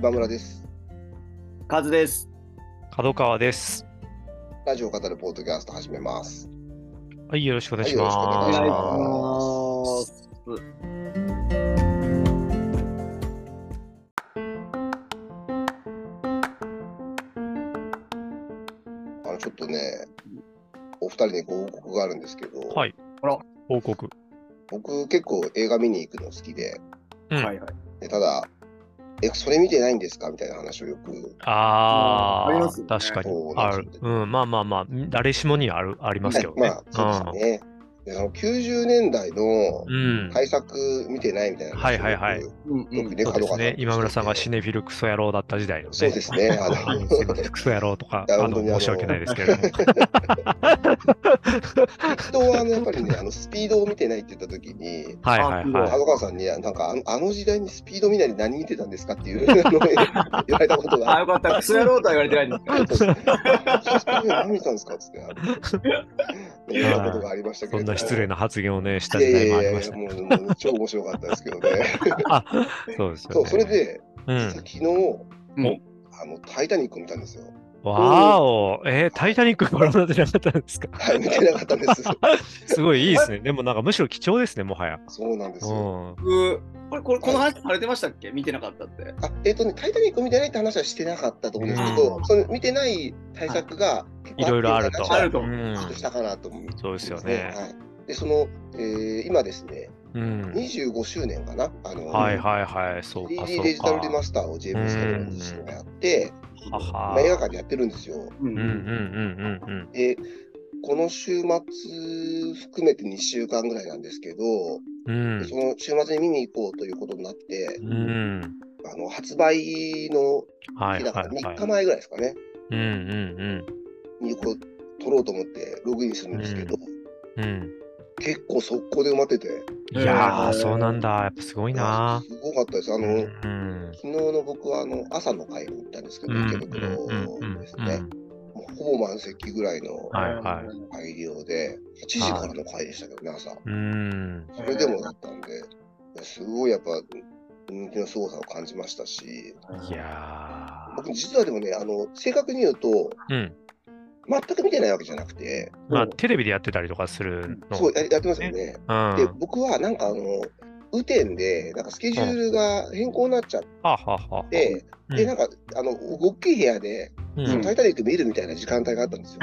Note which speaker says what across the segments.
Speaker 1: 馬村です。
Speaker 2: カズです。
Speaker 3: 角川です。
Speaker 1: ラジオを語るポートキャスト始めます。
Speaker 3: はい、よろしくお願
Speaker 1: は
Speaker 3: い
Speaker 1: い、
Speaker 3: し
Speaker 1: よろ
Speaker 3: ま
Speaker 1: しくお願い
Speaker 3: す。
Speaker 1: し
Speaker 2: お願いし
Speaker 1: ます。あのちょっとね、お二人にご報告があるんですけど、
Speaker 3: はい報告。
Speaker 1: 僕結構映画見に行くの好きで、
Speaker 3: うん
Speaker 2: はいはい。
Speaker 1: でただ、え、それ見てないんですかみたいな話をよく、
Speaker 3: あ
Speaker 2: あり
Speaker 3: ー、
Speaker 2: ますよね
Speaker 3: 確かに
Speaker 1: そう。な
Speaker 3: あ
Speaker 1: ん
Speaker 3: る
Speaker 1: です。よ
Speaker 3: うん、まあまあまあ、誰しもにある、ありますけどね。
Speaker 1: はい まあ、そうですね。であの90年代の
Speaker 3: うん。
Speaker 1: 対策見てないみたいな話をよく
Speaker 3: はいはいはい
Speaker 2: うん
Speaker 1: よく
Speaker 2: う
Speaker 1: ね、
Speaker 3: そうで
Speaker 1: 角川さんと
Speaker 3: す
Speaker 1: して
Speaker 3: ね
Speaker 1: て。
Speaker 3: 今村さんがシネフィルクソ野郎だった時代のね。
Speaker 1: そうですね。あの
Speaker 3: はいすい ませんクソ野郎とか、
Speaker 1: いや
Speaker 3: あ
Speaker 1: 本当
Speaker 3: の、
Speaker 1: にあの
Speaker 3: 申し訳ない ですけれども。
Speaker 1: 人はあのやっぱりね、あのスピードを見てないって言った時に、
Speaker 3: はいはい
Speaker 1: 角
Speaker 3: はい。
Speaker 1: 川さんに、なんかあのあの時代にスピード見ないで何見てたんですかっていう あの言われたこと
Speaker 2: ん。あ、
Speaker 1: があ
Speaker 2: よかった。クソ野郎とは言われてないんですか。
Speaker 1: っ て、そうスピード何見てたんですかっつって、あの言われたことがありましたけ
Speaker 3: そ
Speaker 1: れ
Speaker 3: ん
Speaker 1: ど
Speaker 3: な
Speaker 1: も。
Speaker 3: 失礼な発言をね、した
Speaker 1: いや
Speaker 3: 時
Speaker 1: い
Speaker 3: 代も
Speaker 1: やい
Speaker 3: あり
Speaker 1: や
Speaker 3: ま
Speaker 1: い
Speaker 3: し
Speaker 1: や、
Speaker 3: た。
Speaker 1: もうもう超面白かったですけどね。
Speaker 3: あ、そうです
Speaker 1: そ
Speaker 3: よ
Speaker 1: う、それ
Speaker 3: ね。
Speaker 1: で、
Speaker 3: う
Speaker 1: 実は昨
Speaker 3: ん。
Speaker 1: 日、
Speaker 2: うん
Speaker 1: あのタイタニック見たんですよ。
Speaker 3: わーお、えー、タイタニックご覧になってなかったんですか
Speaker 1: はい、見てなかったんです。
Speaker 3: すごいいいですね。でもなんかむしろ貴重ですね、もはや。
Speaker 1: そうなんです
Speaker 3: う
Speaker 1: よ。
Speaker 3: ん。
Speaker 2: 僕、これ、これ、この話されてましたっけ見てなかったって。
Speaker 1: あえっ、とね、タイタニック見てないって話はしてなかったと思うんですけど、
Speaker 3: うん
Speaker 1: その見てない対策が結構
Speaker 3: いろいろあると。
Speaker 1: あ
Speaker 2: あ
Speaker 1: る
Speaker 2: ると
Speaker 3: う
Speaker 1: 話
Speaker 3: ん
Speaker 1: はちょっとしたかなと思うん
Speaker 3: そうですよね。
Speaker 1: はい、で、その、えー今ですね、
Speaker 3: うん。
Speaker 1: 25周年かな、あの、
Speaker 3: はいはいはい、そうか
Speaker 1: 3D
Speaker 3: そう
Speaker 1: デジタルリ
Speaker 3: か
Speaker 1: マ。スターをジェームス・キャメロン自身がやって、
Speaker 3: は
Speaker 1: ま
Speaker 3: は
Speaker 1: あ映画館でやってるんですよ。
Speaker 2: うん
Speaker 3: うんうんうんうん
Speaker 1: で、この週末含めて2週間ぐらいなんですけど、
Speaker 3: うん。
Speaker 1: その週末に見に行こうということになって、
Speaker 3: うん。うん。
Speaker 1: あの発売の
Speaker 3: はい
Speaker 1: 日だ
Speaker 3: は
Speaker 1: から
Speaker 3: いは
Speaker 1: 3
Speaker 3: い
Speaker 1: 日。前ぐらいですかね。
Speaker 3: うんうん
Speaker 1: にこう取ろうと思ってログインするんですけど、
Speaker 3: うん。うん。
Speaker 1: 結構速攻で埋まってて、
Speaker 3: い
Speaker 2: えー
Speaker 3: やー、そうなんだ。やっぱすごいな
Speaker 1: すごかったです。あ
Speaker 3: ー。
Speaker 1: の、
Speaker 3: うん。
Speaker 1: 昨日の僕はあの朝の会に行ったんですけ
Speaker 3: う
Speaker 1: ど、
Speaker 3: ん
Speaker 1: 池
Speaker 3: うんうん
Speaker 1: 袋です
Speaker 3: うんう
Speaker 1: ね
Speaker 3: ん。
Speaker 1: もうほぼ満席ぐらいの
Speaker 3: はいはい
Speaker 2: い。
Speaker 1: 会量で、8時からの会でしたけどね、朝。
Speaker 3: うん。
Speaker 1: それでもだったんで、すごいやっぱ人気の凄さを感じましたし、
Speaker 3: いや
Speaker 1: 僕実はでもね、あの正確に言うと、
Speaker 3: ー。うん。
Speaker 1: 全く見てないわけじゃなくて、
Speaker 3: まあ、テレビでやってたりとかするの。
Speaker 1: そうややってますよね。
Speaker 3: うん。
Speaker 1: で
Speaker 3: は
Speaker 1: 僕はなんかあの雨天でなんかスケジュールが変更になっちゃっ
Speaker 3: あはあはあ。
Speaker 1: て、
Speaker 3: うん
Speaker 1: でなんかあの大きい部屋で「
Speaker 3: う
Speaker 1: その
Speaker 3: ん。
Speaker 1: タイタニック」見るみたいな時間帯があったんですよ。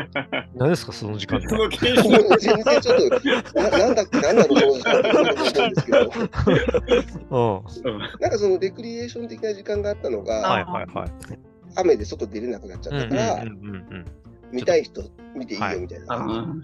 Speaker 3: 何ですか、その時間
Speaker 2: そ
Speaker 3: 帯。
Speaker 2: の経 緯
Speaker 1: もう全然ちょっとななんだっけなんだろうその時間って思うんですけど
Speaker 3: うん。
Speaker 1: なんかそのレクリエーション的な時間があったのが、
Speaker 3: はいはいはい。
Speaker 1: 雨で外出れなくなっちゃ
Speaker 3: う
Speaker 1: った
Speaker 3: ん
Speaker 1: か
Speaker 3: うん
Speaker 1: ら、
Speaker 3: うんうんうん。
Speaker 1: 見たい人見ていいよみたいな、
Speaker 2: うん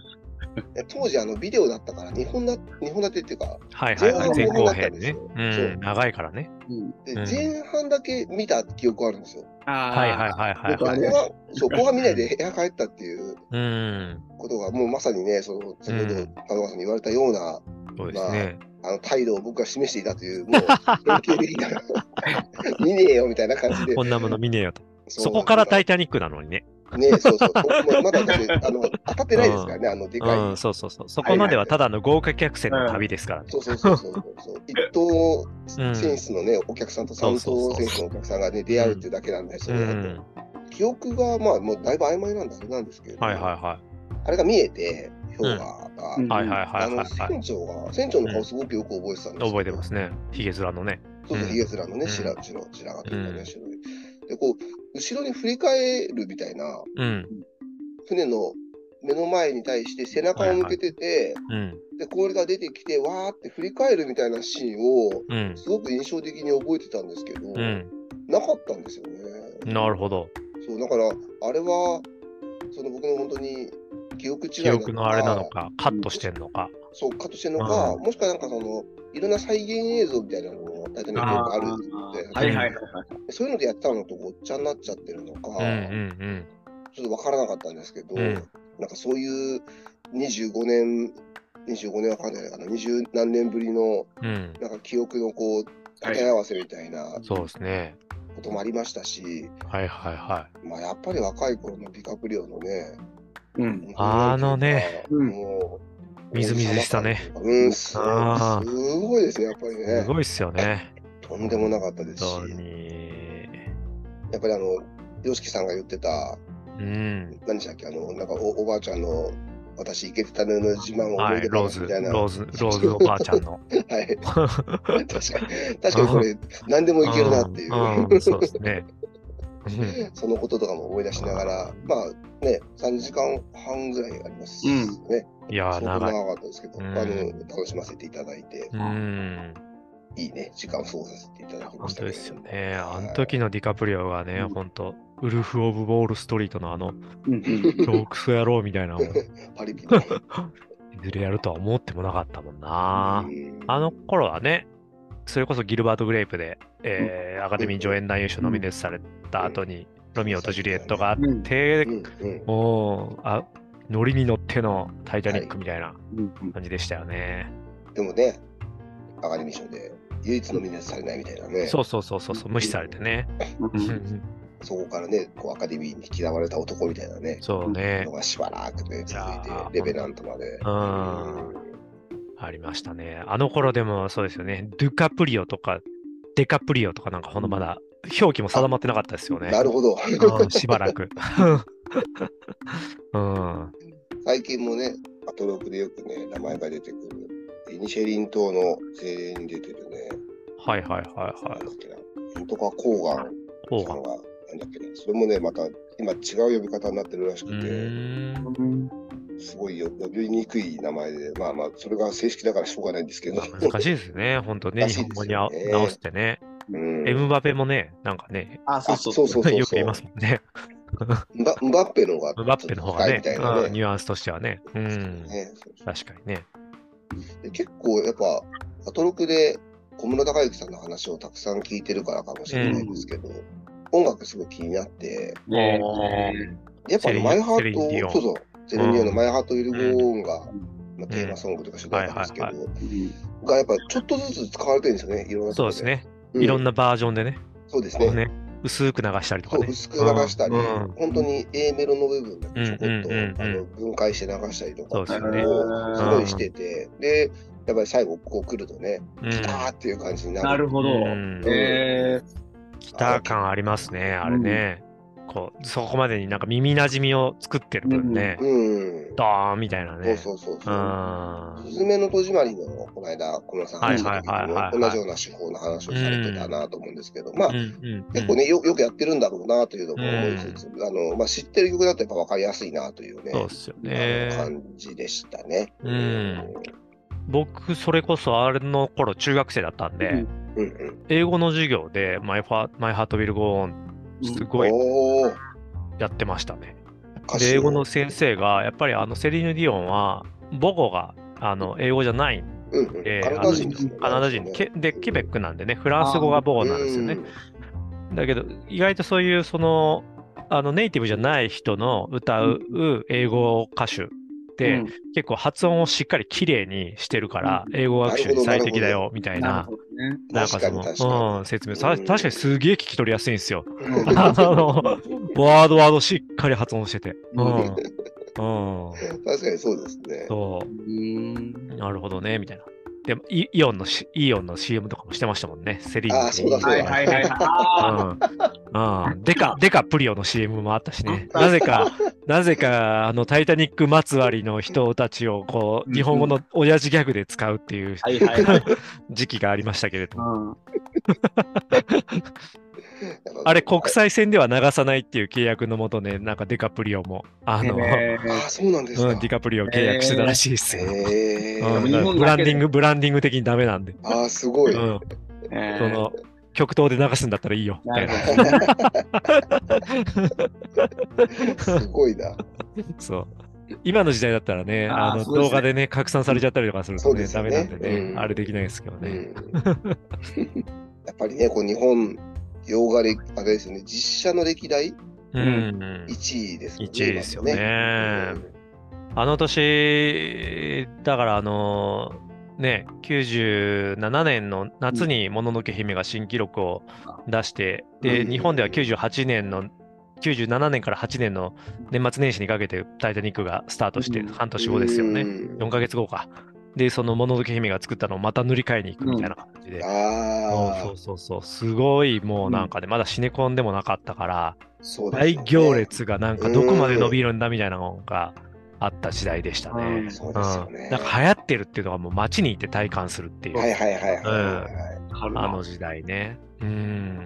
Speaker 1: 当時あのビデオだったから日本だ日本立てっていうか
Speaker 3: はいはいはい。前
Speaker 1: 前
Speaker 3: 後
Speaker 1: 後編
Speaker 3: 編
Speaker 1: だったんです
Speaker 3: ね
Speaker 1: よ。
Speaker 3: うん。長いからね。
Speaker 2: うん
Speaker 1: で
Speaker 3: うん
Speaker 1: 前半だけ見た記憶があるんですよ。
Speaker 2: あー
Speaker 3: はいはいはいはい
Speaker 2: よく
Speaker 1: 後
Speaker 2: あ
Speaker 3: はい
Speaker 2: る。
Speaker 1: 半そう後半見ないで部屋帰ったっていう。
Speaker 3: うん。
Speaker 1: ことが、もうまさにね、その先ほど
Speaker 3: うん
Speaker 1: 田川さんに言われたような、
Speaker 3: そうですね。
Speaker 1: あの態度を僕が示していたという、もう、典型的な、 見ねえよみたいな感じで、
Speaker 3: こんなもの見ねえよと。
Speaker 1: そう
Speaker 3: そこからタイタニックなのにね。
Speaker 1: ねそうそう、そうまだ私、あの当たってないですからね、あのでかい。
Speaker 3: うん、そうそうそう。そこまではただの豪華客船の旅ですからね。
Speaker 1: そうそうそうそうそう、一等
Speaker 3: うん
Speaker 1: 選出のね、お客さんと三等選手のお客さんがね、出会うっていうだけなんで、そうれだと
Speaker 3: ん。
Speaker 1: 記憶が、まあ、もうだいぶ曖昧なんだ、あれなんですけれど、
Speaker 3: はいはいは
Speaker 1: あれが見えて、氷河が、
Speaker 2: うん
Speaker 3: い。はいはいは
Speaker 1: あ
Speaker 3: いは
Speaker 1: の
Speaker 3: いはい。
Speaker 1: 船長が、船長の顔、すごくよく覚えてたんですけど
Speaker 3: 覚えてますね。ヒゲ面のね。
Speaker 1: そうそう、
Speaker 3: うん
Speaker 1: ヒゲ面のね、白、
Speaker 3: う
Speaker 1: 白、白髪というか
Speaker 3: う
Speaker 1: ね、
Speaker 3: ん
Speaker 1: 白い。で、こう、後ろに振り返るみたいな、
Speaker 3: うん。
Speaker 1: 船の目の前に対して背中を向けてて、
Speaker 3: うん。
Speaker 1: で、氷が出てきて、わーって振り返るみたいなシーンを、
Speaker 3: うん。
Speaker 1: すごく印象的に覚えてたんですけど、
Speaker 3: うん。
Speaker 1: なかったんですよね。
Speaker 3: なるほど。
Speaker 1: そう、だから、あれは、その僕の本当に記憶違い
Speaker 3: 記
Speaker 1: な
Speaker 3: 憶のあれなの。か、カットしてんのか。
Speaker 1: そう、カットしてるのか、
Speaker 3: う
Speaker 1: もしくはなんかその、いろんな再現映像みたいなのも、大体ね、よくあるんで
Speaker 2: はいはいはいはい。
Speaker 1: そういうのでやってたのとごっちゃになっちゃってるのか、
Speaker 3: うんうん
Speaker 1: ちょっと分からなかったんですけど、
Speaker 3: うん
Speaker 1: なんかそういう25年、25年は分かんないかな、20何年ぶりの
Speaker 3: うん。うん。
Speaker 1: なんか記憶のこう、掛け合わせみたいな
Speaker 3: そうですね。
Speaker 1: こともありましたし、
Speaker 3: はいはいは
Speaker 1: まあ、やっぱり若い頃のディカプリオのね、
Speaker 2: うん。
Speaker 3: あのね
Speaker 2: うん
Speaker 1: もう、
Speaker 3: みずみずしたね
Speaker 1: うん、す
Speaker 3: あ
Speaker 1: すごいですね、やっぱり
Speaker 3: い。す
Speaker 1: ね。
Speaker 3: ごいっすよね。
Speaker 1: とんでもなかったですし、
Speaker 3: 本当に。
Speaker 1: やっぱりあの、洋介さんが言ってた、
Speaker 3: うん。
Speaker 1: 何でしたっけ、あの、なんかおおばあちゃんの、私、イケてたのの自慢を思
Speaker 3: はいい、
Speaker 1: 出
Speaker 3: ロー
Speaker 1: 話
Speaker 3: ズ、
Speaker 1: みたいな。
Speaker 3: ローズ、ローズおばあちゃ んの。
Speaker 1: はい。 確かに、確かにこれ、何でもいけるなっていう。
Speaker 3: んんそうですね。うん
Speaker 1: そのこととかも思い出しながら、まあね、3時間半ぐらいありますね。
Speaker 3: いやー、
Speaker 1: すごく
Speaker 3: 長い。
Speaker 1: 長かったですけど、
Speaker 3: うん
Speaker 1: あの楽しませていただいて、
Speaker 3: うん。
Speaker 1: いいね、時間を過ごさせていただきま
Speaker 3: 本
Speaker 1: した
Speaker 3: 当
Speaker 1: けれ
Speaker 3: で
Speaker 1: ど
Speaker 3: すよ
Speaker 1: も
Speaker 3: ね。あの時のディカプリオがね、
Speaker 2: うん
Speaker 3: 本当ウルフ・オブ・ウォール・ストリートのあの、
Speaker 2: うんうん
Speaker 3: 洞窟野郎みたいなのを、い
Speaker 1: パリピの、
Speaker 3: ずれやるとは思ってもなかったもん
Speaker 1: あ
Speaker 3: な。 あの頃はね、それこそギルバート・グレイプで、えーアカデミー助演男優賞ノミネートされた後に、ロミオとジュリエットがあっ
Speaker 2: うん
Speaker 3: て、
Speaker 1: うんうん、
Speaker 3: もう、あ、ノリに乗ってのタイタニックみたいな
Speaker 2: うん
Speaker 3: 感じでしたよね。
Speaker 1: でもね、アカデミー賞で唯一ノミネートされないみたいなね、
Speaker 3: そうそうそうそうそう、無視されてね。
Speaker 2: う
Speaker 3: うんうんん
Speaker 1: そこからね、こうアカデミーに嫌われた男みたいなね、
Speaker 3: そうね
Speaker 1: の、がしばらくね、続いて
Speaker 3: いやー、
Speaker 1: レベラントまで。
Speaker 3: うんありましたね。あの頃でもそうですよね、ドゥカプリオとか、デカプリオとかなんかほんとまだ表記も定まってなかったですよね。
Speaker 1: なるほど。
Speaker 3: うんしばらく。 うん。
Speaker 1: 最近もね、アトロクでよくね、名前が出てくる、イニシェリン島の精霊に出てるね、
Speaker 3: はいはいはい
Speaker 1: なん
Speaker 3: は
Speaker 1: だっけな、なんとかコーガン
Speaker 3: い。こう
Speaker 1: さ
Speaker 3: が
Speaker 1: ん。が、なんだっけな、それもね、また今違う呼び方になってるらし
Speaker 3: う
Speaker 1: く
Speaker 3: ーん。
Speaker 2: うん
Speaker 1: て、すごいよ呼びにくい名前で、まあまあ、それが正式だからしょうがないんですけど、
Speaker 3: 難しいですね、本当ね、
Speaker 1: 難
Speaker 3: 日
Speaker 1: しいです
Speaker 3: 本語にあ
Speaker 1: よね
Speaker 3: 直してね。
Speaker 1: うん
Speaker 3: エムバペもね、なんかね、
Speaker 2: あ、そうそう
Speaker 1: あそうそうそう
Speaker 3: よく言いますも んね。
Speaker 1: ムバムバッペの方が、
Speaker 3: ムバッペの方がね
Speaker 1: みたいな
Speaker 3: うんニ
Speaker 1: ね。
Speaker 3: ュアンスとしてはね。うん。
Speaker 1: ねそうそう
Speaker 3: 確かにね。
Speaker 1: で結構やっぱ、アトロクで小室孝之さんの話をたくさん聞いてるからかもしれないですけど、音楽すごい気になって、
Speaker 2: ね
Speaker 1: やっぱ
Speaker 3: セリン
Speaker 1: マイハ
Speaker 3: セリンディ
Speaker 1: ー
Speaker 3: オ
Speaker 1: ト、
Speaker 3: ン
Speaker 1: そうそう、セレンディオンのマイハート・ウィル・ゴーンが、まあ、
Speaker 3: ん
Speaker 1: テーマソングとか主題歌ですけ
Speaker 3: はいは
Speaker 1: ど、がやっぱちょっとずつ使われてるんですよね、いろんなと
Speaker 3: そ
Speaker 1: こ
Speaker 3: う
Speaker 1: ろ
Speaker 3: です。ね。
Speaker 1: う
Speaker 3: いろんなバージョンでね、
Speaker 1: そうですね。
Speaker 3: ね薄く流したりとか
Speaker 1: そう
Speaker 3: ね。
Speaker 1: 薄く流したり、
Speaker 3: うんうん
Speaker 1: 本当に A メロの部分だけちょこっと、
Speaker 3: うんうんうんうん
Speaker 1: あの分解して流したりと
Speaker 3: そう
Speaker 1: か、
Speaker 3: ですよね
Speaker 1: すごいしてて、で、やっぱり最後こう来るとね、
Speaker 3: うん
Speaker 1: ギターっていう感じになる。
Speaker 2: なるほど。
Speaker 3: うん
Speaker 2: え
Speaker 3: ギター感ありますね、あれね。こう、そこまでになんか耳なじみを作ってる分ね、
Speaker 1: うん。
Speaker 3: ドーンみたいなね。
Speaker 1: そうそうそう
Speaker 3: う
Speaker 1: そ
Speaker 3: ん。
Speaker 1: う。
Speaker 3: は
Speaker 1: すずめの戸締まりの、この間、小室さんが話した時
Speaker 3: はいはいはいはい
Speaker 1: にも同じような手法の話をされてたなと思うんですけど、まあ
Speaker 3: うん、うんうん
Speaker 1: 結構ね、よよくやってるんだろうなというのも思いつつ、あのまあ、知ってる曲だとやっぱ分かりやすいなというね、
Speaker 3: そうっすよ
Speaker 1: あの
Speaker 3: ね。
Speaker 1: 感じでしたね。
Speaker 3: うん僕、それこそあれの頃、中学生だったんで、
Speaker 2: うん
Speaker 1: うんうん、
Speaker 3: 英語の授業でマイファ、マイハートビルゴーン、すごい
Speaker 1: おー
Speaker 3: やってましたね。
Speaker 1: 歌詞
Speaker 3: で英語の先生がやっぱりあのセリーヌ・ディオンは母語があの英語じゃない
Speaker 1: うんうん
Speaker 3: えー
Speaker 1: カナダ人ですもんね
Speaker 3: カナダ人けでケベックなんでねフランス語が母語なんですよね。。だけど意外とそういうそのあのネイティブじゃない人の歌う英語歌手って、結構発音をしっかりきれいにしてるから英語学習に最適だよみたい
Speaker 2: なる
Speaker 3: な
Speaker 2: ほどね。
Speaker 1: な
Speaker 3: なんかそ
Speaker 1: 確かに確か
Speaker 3: の、うん、説明
Speaker 1: う
Speaker 3: さ
Speaker 1: ん
Speaker 3: 確かにすげえ聞き取りやすいんですよ。
Speaker 1: うん
Speaker 2: うん
Speaker 3: あのワードワードしっかり発音してて。 うんうん、
Speaker 1: 確かにそうですね。
Speaker 3: そう
Speaker 2: うん。
Speaker 3: なるほどね、みたいな。でもイ、イオンのし、イオンの CM とかもしてましたもんね。セリーヌ
Speaker 1: あーそうだそう
Speaker 2: はいはいはい。あ
Speaker 3: うん。うん。デカ、デカプリオの CM もあったしね。なぜか、なぜか、あの、タイタニックまつわりの人たちを、こう、日本語の親父ギャグで使うっていう
Speaker 2: はいはいはい。
Speaker 3: 時期がありましたけれども。あ
Speaker 1: あ
Speaker 3: れ、国際線では流さないっていう契約のもとね、なんかデカプリオも、あの、
Speaker 1: あ、そうなんですか。
Speaker 3: うん、デカプリオ契約してたらしいですよ。
Speaker 1: へ
Speaker 3: う
Speaker 2: でも
Speaker 3: ん
Speaker 2: 日
Speaker 1: ー
Speaker 2: 本
Speaker 3: ブラ
Speaker 2: だ
Speaker 3: ン
Speaker 2: け
Speaker 3: デ
Speaker 2: で
Speaker 3: ィング、ブランディング的にダメなんで。
Speaker 1: あー、すごい。
Speaker 3: うん。
Speaker 2: え
Speaker 3: その極東で流すんだったらいいよみたいな。
Speaker 1: すごいな。
Speaker 3: そう今の時代だったらね、
Speaker 2: あー
Speaker 3: あの
Speaker 2: そうですね
Speaker 3: 動画でね、拡散されちゃったりとかする
Speaker 1: そ
Speaker 3: と
Speaker 1: う
Speaker 3: ね、
Speaker 1: です
Speaker 3: ダ
Speaker 1: よね
Speaker 3: メなんでね、
Speaker 1: うん
Speaker 3: あれできないですけど
Speaker 1: う
Speaker 3: ね。
Speaker 1: ん やっぱりね、こう日本、洋画歴、あれですよね、実写の歴代
Speaker 3: う。
Speaker 2: うんん
Speaker 1: 1位ですもんね。
Speaker 3: 1位ですよね
Speaker 1: 今もね
Speaker 3: あの年、だからあのね、97年の夏にもののけ姫が新記録を出して、で、
Speaker 1: うん
Speaker 3: 日本では98年の97年から8年の年末年始にかけて「タイタニック」がスタートして
Speaker 2: うん
Speaker 3: 半年後ですよね。
Speaker 1: うん
Speaker 3: 4ヶ月後か。で、そのもののけ姫が作ったのをまた塗り替えに行くみたいな感じで。
Speaker 1: ああ、
Speaker 3: そうそうそうそう、すごいもうなんかね、まだシネコンでもなかったから、
Speaker 1: そうです
Speaker 3: 大
Speaker 1: よね
Speaker 3: 行列がなんかどこまで伸びるんだみたいなのがあった時代でしたね。、
Speaker 2: うん
Speaker 1: そううんですよね。
Speaker 3: なんか流行ってるっていうのがもう街にいて体感するっていう、
Speaker 1: はいはいはいはいはいはい。
Speaker 2: あ
Speaker 3: あの時代ね。うん、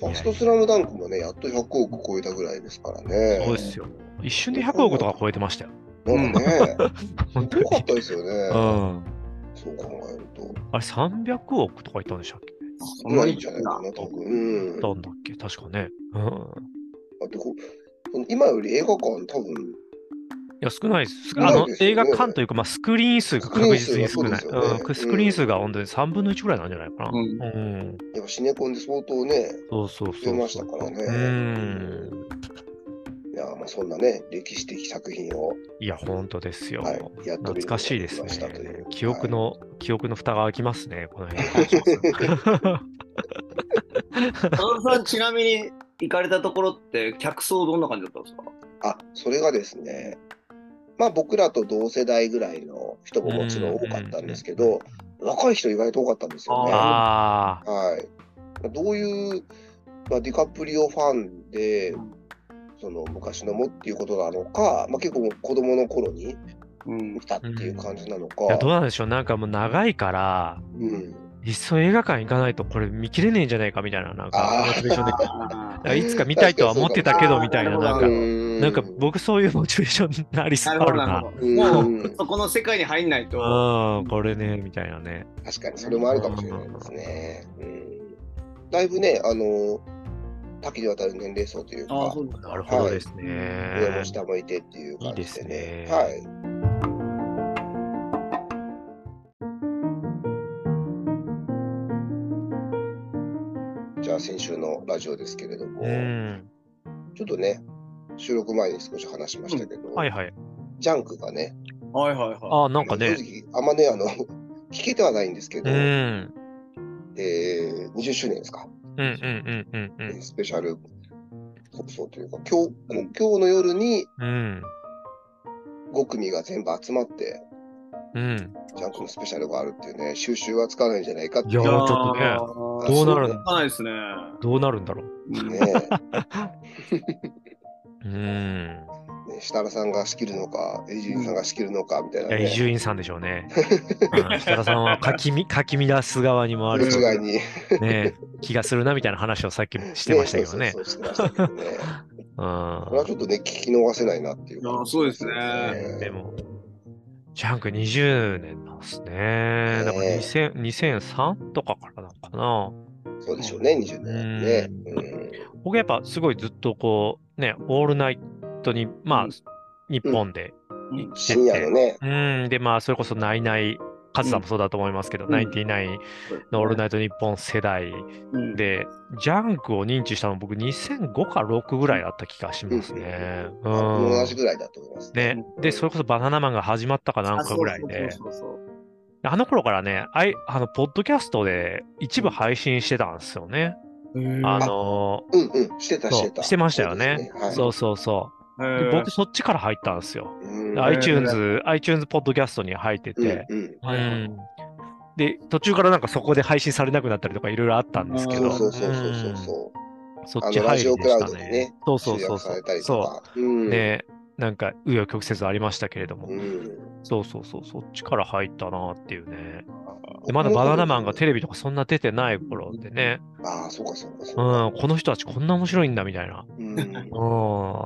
Speaker 1: ファーストスラムダンクもね、やっと100億超えたぐらいですからね。
Speaker 3: そうですよ。一瞬で100億とか超えてましたよ。
Speaker 1: なんかね、
Speaker 3: 本当
Speaker 1: すごかっ
Speaker 3: に。
Speaker 1: たですよね。
Speaker 3: うん、
Speaker 1: そう考えると。
Speaker 3: あれ300億とかいったんでしたっけ
Speaker 2: そん
Speaker 1: ま
Speaker 2: な
Speaker 1: あい
Speaker 2: に
Speaker 1: いんじゃない
Speaker 2: な
Speaker 1: かな、多分。うん。
Speaker 3: どんだっけ確かね。うん
Speaker 1: あとこその今より映画館多分、
Speaker 3: いや、少ないです。
Speaker 1: 少
Speaker 3: あ
Speaker 1: ない
Speaker 3: の、
Speaker 1: ですよ
Speaker 3: 映
Speaker 1: ね
Speaker 3: 画館というか、まあ、スクリーン数が確実に少ない。
Speaker 1: スクリーン数がそうですよね
Speaker 3: うん、スクリーン数が本当に3分の1ぐらいなんじゃないかな。
Speaker 2: うん
Speaker 3: うん。
Speaker 1: やっぱシネコンで相当ね、
Speaker 3: そうそうそう。
Speaker 1: 増えましたからね。
Speaker 3: うん。
Speaker 1: いや、まあそんなね、歴史的作品を、
Speaker 3: いや、本当ですよ。
Speaker 1: はい、やっと見るこ
Speaker 3: 懐
Speaker 1: とが
Speaker 3: かしいです
Speaker 1: でき
Speaker 3: ね
Speaker 1: ましたという。。
Speaker 3: 記憶
Speaker 1: はい。
Speaker 3: の、記憶の蓋が開きますね、この 辺。
Speaker 2: 高田さん、ちなみに行かれたところって、客層どんな感じだったんですか
Speaker 1: あ、それがですね、まあ僕らと同世代ぐらいの人ももちろん多かったんですけど、若い人意外と多かったんですよね。は
Speaker 3: ああ、
Speaker 1: い。どういう、まあ、ディカプリオファンで、その昔のもっていうことなのか、まあ、結構子供の頃に
Speaker 2: うん
Speaker 1: 見。たっていう感じなのか
Speaker 3: い、や、どうなんでしょう。なんかもう長いから、
Speaker 1: うん、
Speaker 3: いっそ映画館行かないとこれ見切れねえんじゃないかみたいな、なん
Speaker 1: あ
Speaker 3: か、
Speaker 1: ー
Speaker 3: モチベーションで。
Speaker 2: あ
Speaker 3: いやいつか見たいとは思ってたけどみたいな、
Speaker 2: 確
Speaker 3: なん
Speaker 2: か
Speaker 3: か
Speaker 2: に、
Speaker 3: なんか僕そういうモチベーションになり
Speaker 2: ー
Speaker 3: そ
Speaker 2: な
Speaker 3: う
Speaker 2: るほど、
Speaker 3: な。
Speaker 2: なるほど。も
Speaker 1: うん
Speaker 2: う、そこの世界に入んないと。
Speaker 3: うん、これね、みたいなね。
Speaker 1: 確かにそれもあるかもしれないですね。うん、だいぶね、あの、多岐にわたる年齢層というか、
Speaker 2: ああ、そうなん
Speaker 3: な
Speaker 2: だ
Speaker 3: る。ほどです
Speaker 1: 上も
Speaker 3: ね。
Speaker 1: 下もいてっていう感じでね。
Speaker 3: いいですね
Speaker 1: はい。じゃあ先週のラジオですけれども、
Speaker 3: うん。
Speaker 1: ちょっとね、収録前に少し話しましたけど、
Speaker 3: はいはい。
Speaker 1: ジャンクがね、
Speaker 2: はいはいはい。
Speaker 3: ああ、なんかね。
Speaker 1: 正直、あんまね、あの、 聞けてはないんですけ
Speaker 3: う
Speaker 1: ど、
Speaker 3: ん。うん
Speaker 1: えー20周年ですか、
Speaker 3: うんうんうんう
Speaker 1: えー
Speaker 3: ん。
Speaker 1: スペシャル放送というか、今日、今日の夜に
Speaker 3: うん。
Speaker 1: 5組が全部集まって、
Speaker 3: うん。
Speaker 1: ジャンクのスペシャルがあるっていうね、収集はつかないんじゃないかっていう
Speaker 3: いやーちょっとね
Speaker 2: と
Speaker 3: どうなる
Speaker 2: んかないですね。
Speaker 3: どうなるんだろう。
Speaker 1: ね
Speaker 2: うん
Speaker 3: うん。
Speaker 1: ね設楽さんが仕切るのか、伊集院さんが仕切るのかみたいない
Speaker 3: や、伊
Speaker 1: ね、
Speaker 3: 集院さんでしょうね。うん設楽さんはかき みかき乱す側にもあ
Speaker 1: 色
Speaker 3: る
Speaker 1: 違いに、ね、
Speaker 3: ね気がするなみたいな話をさっきしてましたけどね
Speaker 1: そ。うそうそうしてましたけ どね。
Speaker 3: う
Speaker 1: これはちょっとね、聞き逃せないなっていう
Speaker 2: いやーそうですね
Speaker 3: ん。でも、ジャンク20年なんですね。だから
Speaker 1: ね
Speaker 3: 2000 2003とかからなのかな。
Speaker 1: そうでしょうね、20年ね。うん
Speaker 3: 僕やっぱすごいずっとこうねオールナイトにまあ、
Speaker 2: うん
Speaker 3: 日本で、
Speaker 1: 深夜のね、
Speaker 3: うん、でまあそれこそナイナイカズさんもそうだと思いますけど、
Speaker 2: うん
Speaker 3: ナインティナインのオールナイト日本世代
Speaker 2: うん
Speaker 3: で、ジャンクを認知したの僕2005か6ぐらいだった気がしますね。う
Speaker 1: 僕も
Speaker 3: ん
Speaker 1: 同じぐらいだと思います。
Speaker 3: ね、でそれこそバナナマンが始まったかなんかぐらいで
Speaker 2: あそうそうそうそう
Speaker 3: あの頃からねあいあのポッドキャストで一部配信してたんですよね。あの
Speaker 1: うんうん、してた、し
Speaker 3: そ
Speaker 1: てた。
Speaker 3: うしてましたよ
Speaker 1: そ
Speaker 3: ね。
Speaker 1: うですはい
Speaker 3: そうそうそう。
Speaker 2: へー
Speaker 3: で僕そっちから入ったんですよ。
Speaker 1: うん
Speaker 3: で iTunes、iTunes ポッドキャストに入ってて、
Speaker 1: うんうん
Speaker 2: はいはい
Speaker 3: うんで、途中からなんかそこで配信されなくなったりとかいろいろあったんですけ
Speaker 1: そ
Speaker 3: ど、
Speaker 1: うそうそうそうそうそう。
Speaker 3: うんそ
Speaker 1: あ
Speaker 3: っち
Speaker 1: のラ
Speaker 3: 入
Speaker 1: ジ
Speaker 3: り
Speaker 1: オ
Speaker 3: で
Speaker 1: クラ
Speaker 3: し
Speaker 1: ウ
Speaker 3: た
Speaker 1: ドで
Speaker 3: ね。
Speaker 1: ね、
Speaker 3: そうそうそう
Speaker 1: 集
Speaker 3: そ
Speaker 1: 約された
Speaker 3: う。
Speaker 1: りと
Speaker 3: そ
Speaker 1: か。うん
Speaker 3: う。ね、なんか紆余曲折ありましたけれども、
Speaker 1: うん
Speaker 3: そうそうそう、そっちから入ったなっていうね。
Speaker 1: 僕
Speaker 3: でまだ
Speaker 1: も
Speaker 3: バナナマンがテレビとかそんな出てない頃でね、
Speaker 1: ああ、そうかそうかそう
Speaker 3: う
Speaker 1: か。
Speaker 3: ん、この人たちこんな面白いんだみたいな、
Speaker 1: うん
Speaker 3: う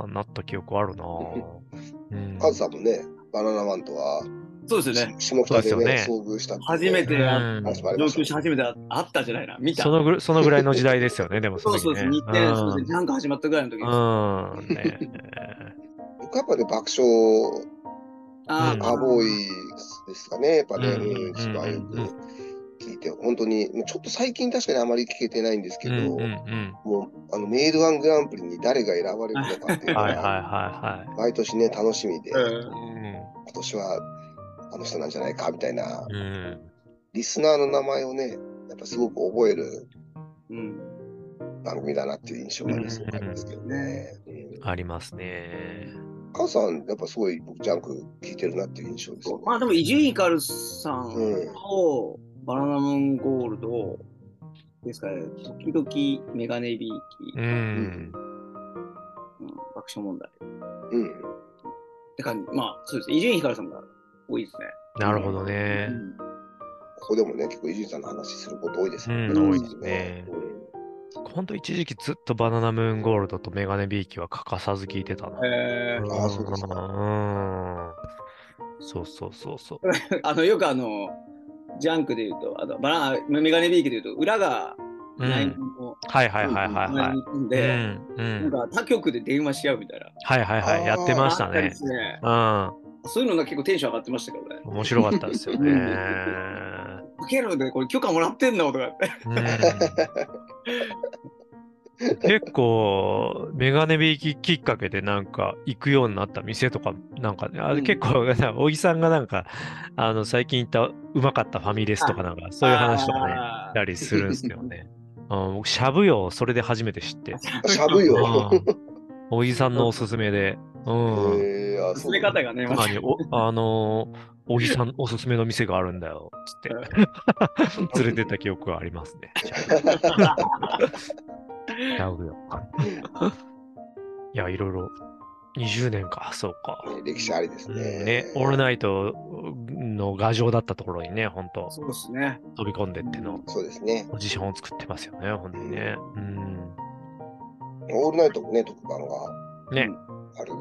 Speaker 3: ん、なった記憶あるなうん
Speaker 1: カズさんもね、バナナマンとは、
Speaker 2: そうですよね。
Speaker 1: 下北でね、
Speaker 3: そ
Speaker 1: 遭遇したっていうね
Speaker 2: 初めて
Speaker 3: う
Speaker 2: や
Speaker 3: ん
Speaker 1: 話もありま
Speaker 2: 上
Speaker 1: したね
Speaker 2: 京し始めたあったじゃないな。見た。
Speaker 3: そのぐそのぐらいの時代ですよね、でも
Speaker 2: そうそうそう。日程、そうですね。ジャンク始まったぐらいの時です。あ
Speaker 3: うん。うんね
Speaker 1: 僕やっぱね、爆笑
Speaker 2: あ
Speaker 1: アボーイですかね、やっぱね、
Speaker 3: うん
Speaker 1: うん一番よ
Speaker 3: うん
Speaker 1: く聞いて、本当に、ちょっと最近確かにあまり聞けてないんですけ
Speaker 3: うん
Speaker 1: ど
Speaker 3: うん、うん
Speaker 1: もう、あの、メールワングランプリに誰が選ばれるのかっていうの
Speaker 3: はいは
Speaker 1: が、
Speaker 3: いは
Speaker 1: 毎年ね、楽しみで、
Speaker 2: う
Speaker 1: 今
Speaker 3: い
Speaker 2: ん
Speaker 3: は
Speaker 1: 年はあの人なんじゃないかみたいな、
Speaker 3: い。うん。
Speaker 1: リスナーの名前をね、やっぱすごく覚える
Speaker 2: うん。
Speaker 1: 番組だなっていう印象がねすごくありますけどね。うん
Speaker 3: ありますね。
Speaker 1: 母さん、やっぱすごい僕、ジャンク聞いてるなっていう印象です、ね。
Speaker 2: まあでも、伊集院光さん
Speaker 1: うん。
Speaker 2: と、バナナムーンゴールド、ですから、時々メガネビーキ、
Speaker 3: う
Speaker 2: うん
Speaker 3: ん。
Speaker 2: 爆笑問題。
Speaker 1: うん。
Speaker 2: って感じ。まあ、そうですね。伊集院光さんが多いですね。
Speaker 3: なるほどね。
Speaker 1: ここでもね、結構伊集院さんの話すること多いです
Speaker 3: うん
Speaker 2: 多い
Speaker 3: ですねほんと一時期ずっとバナナムーンゴールドとメガネビーキは欠かさず聞いてたな。
Speaker 2: うんえ
Speaker 1: ーあーそうですか
Speaker 3: うん。そうそうそうそう。
Speaker 2: ー、あの、よくあの、ジャンクで言うと、あのバナナ、メガネビーキで言うと、裏が
Speaker 3: う
Speaker 2: ライン
Speaker 3: ん。
Speaker 2: の
Speaker 3: はいはいはいはい
Speaker 2: 前
Speaker 3: は
Speaker 2: に行くん
Speaker 3: い。う
Speaker 2: で、
Speaker 3: ん。う
Speaker 2: なん
Speaker 3: ん。
Speaker 2: か他局で電話し合うみたいな。
Speaker 3: はいはいはい。やってました
Speaker 2: あったり
Speaker 3: ね
Speaker 2: で。すね。
Speaker 3: うん。
Speaker 2: そういうのが結構テンション上がってましたけどね。
Speaker 3: 面白かったですよ ね。
Speaker 2: かけるでこれ許可もらってんのとかって。
Speaker 3: うん結構、メガネ引ききっかけでなんか行くようになった店とか、なんかね、あ
Speaker 2: う
Speaker 3: れ
Speaker 2: ん
Speaker 3: 結構、なんか小木さんがなんか、あの、最近行ったうまかったファミレスとかなんか、そういう話とかね、し
Speaker 2: あ
Speaker 3: たりするんですよ ね。うん、僕、しゃぶよ、それで初めて知って。
Speaker 1: うん。しゃぶよ。
Speaker 3: うん小木さんのおすすめで、うん。
Speaker 1: えー、あ
Speaker 2: ー進め方がね、ま
Speaker 3: あ
Speaker 2: た
Speaker 3: におあのー小木さんおすすめの店があるんだよ、つ って。連れてった記憶はありますね。ちゃうよ。いや、いろいろ。20年か、そうか。
Speaker 1: ね歴史ありです
Speaker 3: う
Speaker 1: ね
Speaker 3: ん。ね、オールナイトの牙城だったところにね、本当
Speaker 2: そうですね。
Speaker 3: 飛び込んでっての
Speaker 1: そうですね。
Speaker 3: ポジションを作ってますよね、本当にね。うん。
Speaker 1: オールナイトもね、特番が
Speaker 3: ね、
Speaker 1: ある。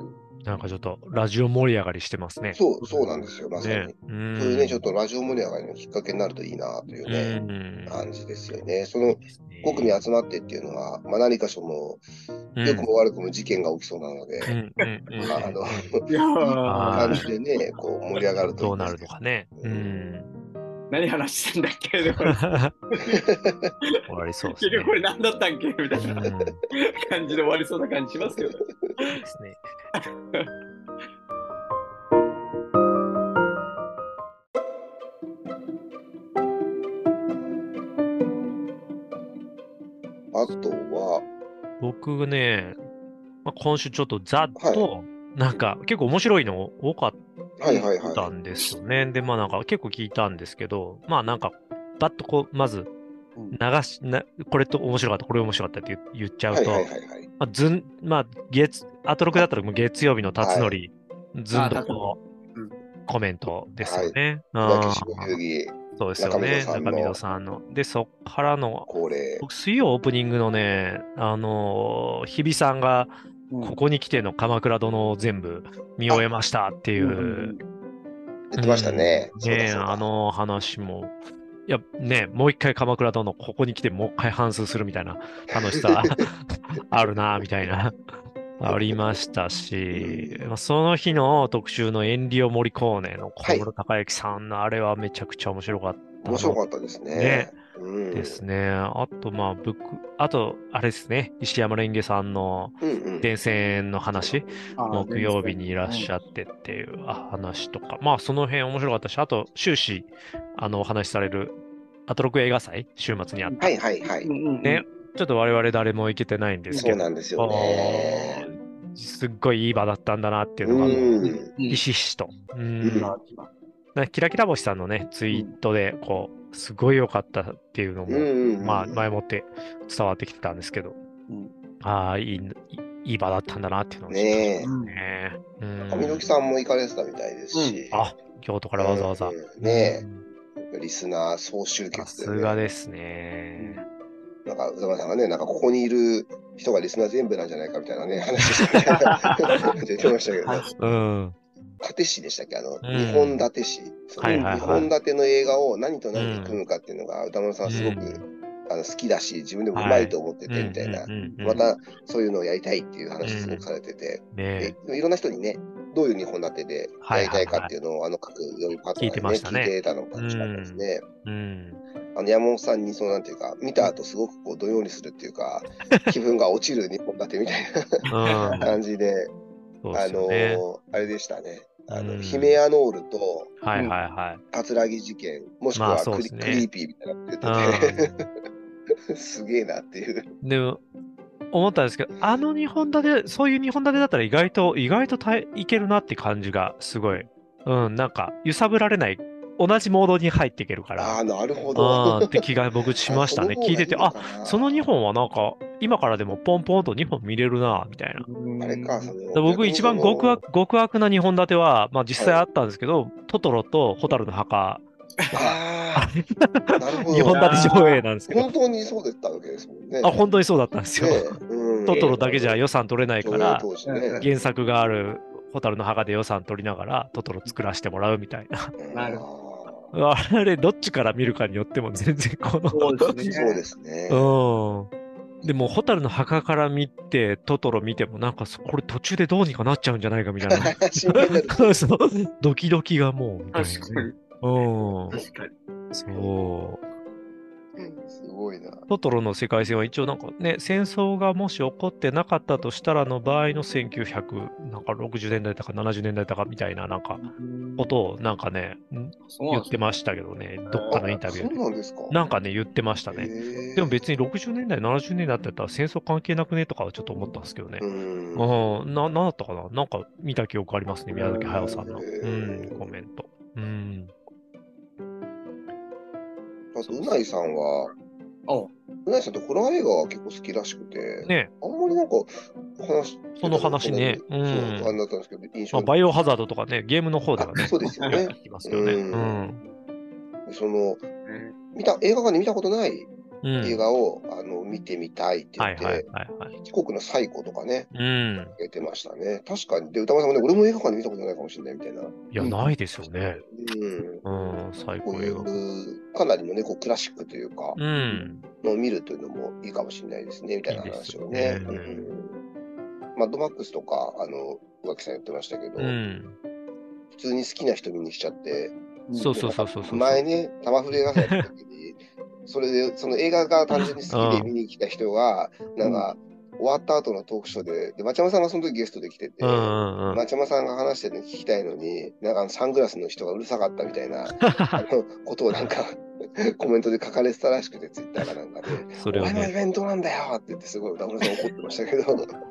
Speaker 3: なんかちょっとラジオ盛り上がりしてますね。
Speaker 1: そう、そうなんですよ、まさに。
Speaker 3: ね。うん。
Speaker 1: そういうね、ちょっとラジオ盛り上がりのきっかけになるといいなというね、
Speaker 3: うん。
Speaker 1: 感じですよね。その
Speaker 3: ですね
Speaker 1: 5組集まってっていうのは、まあ、何か所も、
Speaker 3: うん
Speaker 1: 良くも悪くも事件が起きそうなので、
Speaker 3: うんうんうん
Speaker 1: まああの
Speaker 2: いや
Speaker 3: あ
Speaker 2: ー
Speaker 1: 感じでね、こう盛り上がるといい
Speaker 3: ど
Speaker 1: うで
Speaker 3: な
Speaker 1: す
Speaker 3: るのかね。 うん。
Speaker 2: 何話してんだっけでも
Speaker 3: 終わりそうです
Speaker 2: 結
Speaker 3: ね
Speaker 2: 局。これ何だったんけみたいな
Speaker 3: うん
Speaker 2: 感じで終わりそうな感じしますけどね。
Speaker 3: ですね。
Speaker 1: あとは、
Speaker 3: 僕がね、まあ、今週ちょっとざっと、なんか結構面白いの多かっ
Speaker 1: はいはいはい。
Speaker 3: たんですよね。で、まあなんか結構聞いたんですけど、まあなんか、バッとこう、まず
Speaker 2: うん
Speaker 3: 流し、なこれと面白かった、これ面白かったって言言っちゃう
Speaker 1: は
Speaker 3: と、
Speaker 1: いはいはいはい。
Speaker 3: まあ、ずん、まあ、月、アトロクだったらもう月曜日の辰徳、ずんとこう、
Speaker 2: うん
Speaker 3: コメントですよね。
Speaker 1: 小
Speaker 3: うん
Speaker 1: 崎下遊戯
Speaker 3: そうですよね。
Speaker 1: 中
Speaker 3: 中
Speaker 1: 溝
Speaker 3: 溝
Speaker 1: さ
Speaker 3: さんの。で、そっからの、
Speaker 1: 恒例。
Speaker 3: 僕、水曜オープニングのね、あのー日比さんが、
Speaker 2: うん
Speaker 3: ここに来ての鎌倉殿を全部見終えましたっていうう、
Speaker 2: ん
Speaker 1: 出てましたね。
Speaker 3: うん
Speaker 1: そうだ
Speaker 3: ねえ
Speaker 1: そうだ
Speaker 3: あの話も、いや、ねえもう一回鎌倉殿、ここに来てもう一回反数するみたいな楽 しさあるな、みたいな。ありましたし、まあその日の特集のエンリオ・モリコーネの小室孝之さんのあれはめちゃくちゃ面白かった。
Speaker 1: 面白かったですね。
Speaker 3: ね
Speaker 1: うん、
Speaker 3: ですね。あと、まあ、ブック、あと、あれですね、石山レンゲさんの
Speaker 1: うんうん。
Speaker 3: 電線の話、
Speaker 2: あー
Speaker 3: 木曜日にいらっしゃってっていうあ話とか、まあ、その辺面白かったし、あと、終始、あの、お話しされる、アトロク映画祭、週末にあっ
Speaker 1: はいはいはい
Speaker 2: うん。うんうん
Speaker 3: ねちょっと我々誰も行けてないんです
Speaker 1: そ
Speaker 3: け
Speaker 1: う
Speaker 3: ど、
Speaker 1: なんですよね。
Speaker 3: あーすっごいいい場だったんだなっていう
Speaker 1: う
Speaker 3: のが、
Speaker 1: ん。
Speaker 2: うん
Speaker 3: ひしひしと。うん
Speaker 1: うん
Speaker 2: まあまあ
Speaker 3: なキラキラ星さんのね、ツイートで、こう、すごい良かったっていうのも、
Speaker 1: うんうん
Speaker 3: まあ、前もって伝わってきてたんですけど、
Speaker 2: うん
Speaker 3: ああ、いい、いい場だったんだなっていうのを知った
Speaker 1: ね
Speaker 2: うん
Speaker 3: ね。うん
Speaker 1: え。上野木さんも行かれてたみたいですし。
Speaker 3: あ、京都からわざわざ。
Speaker 1: うんね
Speaker 3: うん
Speaker 1: え。リスナー総集
Speaker 3: さ
Speaker 1: 結
Speaker 3: す
Speaker 1: で、ね。
Speaker 3: がですね。
Speaker 1: なんか、宇多丸さんがね、なんかここにいる人がリスナー全部なんじゃないかみたいなね、話してたね出てましたけど ね。
Speaker 3: うん。
Speaker 1: 立市でしたっけあの、
Speaker 3: ん
Speaker 1: 日本立市。その
Speaker 3: はい
Speaker 2: はいはい
Speaker 1: 日本立ての映画を何と何で組むかっていうのが、歌丸さんはすごく、あの好きだし、自分でもうまいと思っててみたいな、
Speaker 3: うんうんうん
Speaker 1: またそういうのをやりたいっていう話すごくされてて、
Speaker 3: ね
Speaker 1: でいろんな人にね、どういう日本立てでやりたいかっていうのを、あの各曜日パートナーに、ね、
Speaker 3: 聞いてましたね
Speaker 1: 聞いてたのかもしれないですね。
Speaker 3: うん。
Speaker 1: あの山本さんに、そのなんていうか、見た後すごくこう、どようにするっていう か、気分が落ちる日本立てみたい
Speaker 3: うん
Speaker 1: な感じで、
Speaker 3: そうで
Speaker 1: あ
Speaker 3: すよ
Speaker 1: の
Speaker 3: ね。
Speaker 1: あれでしたね。あ
Speaker 3: う
Speaker 1: の、
Speaker 3: ん
Speaker 1: ヒメアノールと、
Speaker 3: はいはいはい。
Speaker 1: 葛城事件、もしく
Speaker 3: ま
Speaker 1: は
Speaker 3: あ
Speaker 1: ク
Speaker 3: そう
Speaker 1: リ,、
Speaker 3: ですね
Speaker 1: クリーピーみたいなのが出てて、すげえなっていう。
Speaker 3: うんでも、思ったんですけど、あの日本立て、そういう日本立てだったら意外と、意外とたいいけるなって感じがすごい。うん、なんか揺さぶられない、同じモードに入っていけるから、
Speaker 1: ああ、なるほ
Speaker 3: あ
Speaker 1: ど。
Speaker 3: ーって気が僕しましたね。聞いてて、 あその2
Speaker 1: 本。
Speaker 3: 本はなんか、今からでもポンポンと2本見れるな、みたいな。
Speaker 1: あれか、その
Speaker 3: で僕一番極悪極悪な2本立ては、まあ実際あったんですけど、トトロとホタルの墓、
Speaker 1: ああ、なるほ
Speaker 3: 2
Speaker 1: ど
Speaker 3: 本。立て上映なんですけど、
Speaker 1: 本当にそうだったわけですもんね。
Speaker 3: あ、本当にそうだったんですよ。
Speaker 1: うん
Speaker 3: トトロだけじゃ予算取れないから、
Speaker 1: そうそう当時ね
Speaker 3: 原作があるホタルの墓で予算取りながらトトロ作らせてもらうみたいな。
Speaker 2: なる
Speaker 1: ほ
Speaker 3: あれ、どっちから見るかによっても全然この。
Speaker 2: そう
Speaker 1: そう
Speaker 2: ですね。
Speaker 1: ですね。
Speaker 3: うん。でも、ホタルの墓から見て、トトロ見ても、なんかそ、これ途中でどうにかなっちゃうんじゃないか み たいな。
Speaker 1: 真剣になる
Speaker 3: そうドキドキがもう、みたいなね、
Speaker 2: 確かに。
Speaker 3: う
Speaker 2: 確かに。
Speaker 3: ん。そう。
Speaker 1: すごいな。
Speaker 3: トトロの世界線は一応なんかね、戦争がもし起こってなかったとしたらの場合の1960年代だか70年代だかみたいななんかことをなんかね、ん
Speaker 2: そうな
Speaker 3: 言
Speaker 2: ん
Speaker 3: っ
Speaker 2: で
Speaker 3: てましたけどね、どっかのインタビ
Speaker 1: そ
Speaker 3: ュー
Speaker 1: う
Speaker 3: で。
Speaker 1: なんですか。
Speaker 3: なんかね、言ってました
Speaker 1: へ
Speaker 3: ね。
Speaker 1: ー
Speaker 3: でも別に60年代、70年代だったら戦争関係なくねとかはちょっと思ったんですけどね。
Speaker 1: うん。
Speaker 3: うん、な、なんだったかななんか見た記憶ありますね、宮崎駿さんの。
Speaker 1: へ
Speaker 3: う
Speaker 1: ー
Speaker 3: ん、コメント。うん。
Speaker 1: あと、うないさんは、
Speaker 2: お
Speaker 1: うないさんってホラー映画は結構好きらしくて、
Speaker 3: ね、
Speaker 1: あんまりなんか、話、
Speaker 3: その話ね
Speaker 1: そう、
Speaker 3: うん
Speaker 1: あれだったんですけど、印
Speaker 3: ま
Speaker 1: 象
Speaker 3: あ、バイオハザードとかね、ゲームの方ではね
Speaker 1: あ、そうですよ ね
Speaker 3: やってますけどね。
Speaker 1: う
Speaker 3: うんん。
Speaker 1: その、
Speaker 2: ね
Speaker 1: 見た、映画館で見たことない
Speaker 3: うん。
Speaker 1: 映画を、あの、見てみたいって
Speaker 3: は
Speaker 1: 言っ
Speaker 3: い
Speaker 1: て、
Speaker 3: はいはいはい。
Speaker 1: 四国のサイコとかね、
Speaker 3: うん。
Speaker 1: 出てましたね。確かに。で、歌丸さんもね、俺も映画館で見たことないかもしれないみたいな。
Speaker 3: いや、
Speaker 2: うん
Speaker 3: ないですよね。
Speaker 1: うん。
Speaker 3: うん、最
Speaker 1: こ
Speaker 3: 高
Speaker 1: う
Speaker 3: 映
Speaker 1: い
Speaker 3: 画。
Speaker 1: う、かなりのね、こうクラシックというか、
Speaker 3: うん。
Speaker 1: のを見るというのもいいかもしれないですね、みたいな話を
Speaker 3: いい
Speaker 1: ね
Speaker 3: で。す
Speaker 1: う
Speaker 3: ね
Speaker 1: んマッドマックスとか、あの、浮気さん言ってましたけど、
Speaker 3: うん。
Speaker 1: 普通に好きな人見に来ちゃって、
Speaker 3: そうそうそうそうそう。
Speaker 1: 前ね、玉触れがされた時に、 それで、その映画が単純に好きで見に来た人が、なんか、終わった後のトークショーで、で、町山さんがその時ゲストで来てて、
Speaker 3: うんうんうん。
Speaker 1: 町山さんが話してるの聞きたいのに、なんかあのサングラスの人がうるさかったみたい なあのことをなんかコメントで書かれてたらしくて、ツイッターがなんかで、
Speaker 3: それ
Speaker 1: お
Speaker 3: を
Speaker 1: 前のイ
Speaker 3: ね、
Speaker 1: ベントなんだよって言って、すごい歌村さん怒ってましたけど、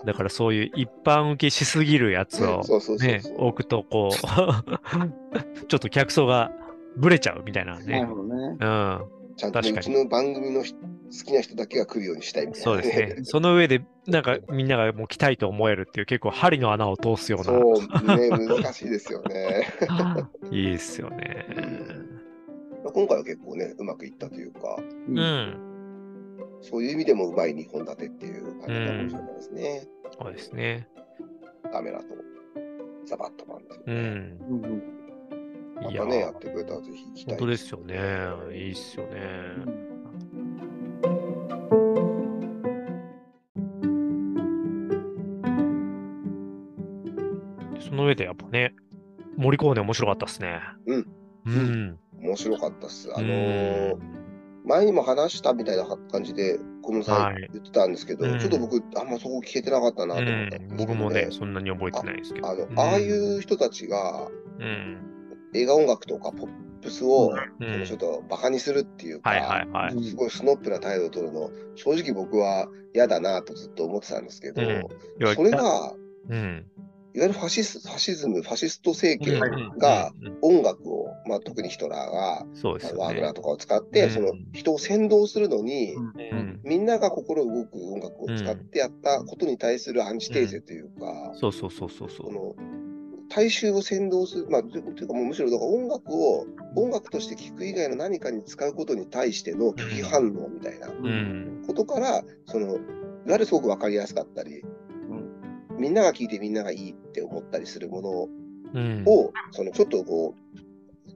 Speaker 3: だからそういう一般受けしすぎるやつを
Speaker 1: そうそうそうそう
Speaker 3: ね、置くとこう、ち ょっと客層がブレちゃうみたいな
Speaker 2: なる
Speaker 3: ね。
Speaker 2: ほどね。
Speaker 3: うん。
Speaker 1: ちゃんとね
Speaker 3: 確か
Speaker 1: う
Speaker 3: に
Speaker 1: ちの番組のひ好きな人だけが来るようにしたいみたいな、
Speaker 3: そうですね。その上で、なんかみんながもう来たいと思えるっていう結構針の穴を通すような。
Speaker 1: そうね、難しいですよね。
Speaker 3: いいですよね。
Speaker 1: 今回は結構ね、うまくいったというか、
Speaker 2: うん
Speaker 3: うん。
Speaker 1: そういう意味でもうまい2本立てっていう感じかもしれないですね。
Speaker 3: そうですね。
Speaker 1: カメラとザバットマンっていう
Speaker 3: う
Speaker 1: ね
Speaker 3: ん。
Speaker 2: うん
Speaker 1: ま
Speaker 3: いや
Speaker 1: たね、やってくれたらぜひ行きたい
Speaker 3: 本当ですよね。いいっすよね。その上でやっぱね、森コーネ面白かったっすね。
Speaker 1: うん。
Speaker 3: うん。
Speaker 1: 面白かったっす。あの
Speaker 3: う
Speaker 1: ー
Speaker 3: ん
Speaker 1: 前にも話したみたいな感じで、小室さん
Speaker 3: はい
Speaker 1: 言ってたんですけど、
Speaker 3: うん
Speaker 1: ちょっと僕、あんまそこ聞けてなかったなと
Speaker 3: う
Speaker 1: 思ったん
Speaker 3: ん
Speaker 1: ですけど、
Speaker 3: 僕もね、そんなに覚えてないですけど。
Speaker 1: あの、
Speaker 3: ん
Speaker 1: ああいう人たちが
Speaker 3: うん。
Speaker 1: 映画音楽とかポップスを、
Speaker 3: うん
Speaker 1: そのちょっとバカにするっていうか、
Speaker 3: はいはいはい。
Speaker 1: すごいスノップな態度を取るの、正直僕は嫌だなとずっと思ってたんですけど、
Speaker 3: うん
Speaker 1: それが、
Speaker 3: うん、
Speaker 1: いわゆるファシスファシズム、ファシスト政
Speaker 3: うん
Speaker 1: 権が音楽を、まあ、特にヒトラーが、
Speaker 3: そうですよ
Speaker 1: ワーグナー
Speaker 3: ね。
Speaker 1: とかを使って、
Speaker 3: うん
Speaker 1: その人を先導するのに、
Speaker 2: うん
Speaker 3: うん、
Speaker 1: みんなが心動く音楽を使ってやったことに対するアンチテーゼというか、
Speaker 3: そうそうそうそうそ。
Speaker 1: そうの大衆を先導する、まあ、というかもうむしろだから音楽を音楽として聴く以外の何かに使うことに対しての拒否反応みたいな
Speaker 3: うん、
Speaker 1: ことから、そのいわゆるすごく分かりやすかったり、みんなが聴いてみんながいいって思ったりするものを、
Speaker 3: うん、
Speaker 1: そのちょっとこ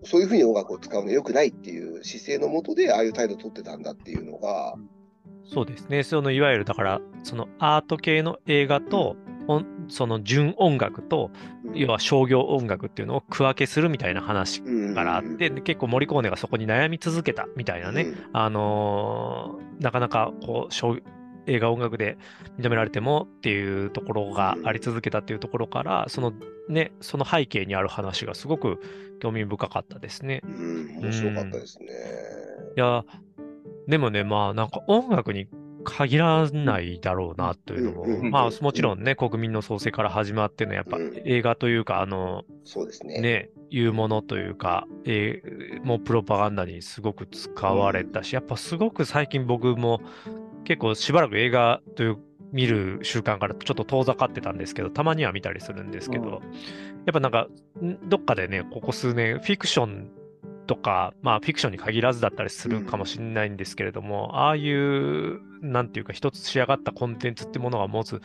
Speaker 1: うそういうふうに音楽を使うの良くないっていう姿勢のもとでああいう態度を取ってたんだっていうのが、
Speaker 3: そうですね。そのいわゆるだから、そのアート系の映画と、おんその純音楽と、要は商業音楽っていうのを区分けするみたいな話
Speaker 1: うん
Speaker 3: からあって、で結構森コーネがそこに悩み続けたみたいなね、あのーなかなかこうしょう映画音楽で認められてもっていうところがあり続けたっていうところから、そのねその背景にある話がすごく興味深かったですね。
Speaker 1: うん、うん面白かったですね。
Speaker 3: いやでもねまあなんか音楽に限らないだろうなというのも、
Speaker 1: うんうんうん
Speaker 3: まあもちろんね、国民の創生から始まってのやっぱ
Speaker 1: うん
Speaker 3: 映画というか、あの
Speaker 1: そうですね。
Speaker 3: ね、いうものというか、えーもうプロパガンダにすごく使われたし、やっぱすごく最近僕も結構しばらく映画という見る習慣からちょっと遠ざかってたんですけど、たまには見たりするんですけど、
Speaker 2: うん
Speaker 3: やっぱなんか、んどっかでね、ここ数年、フィクションとか、まあフィクションに限らずだったりするかもしれないんですけれども、ああいう、なんていうか、一つ仕上がったコンテンツってものが持つ、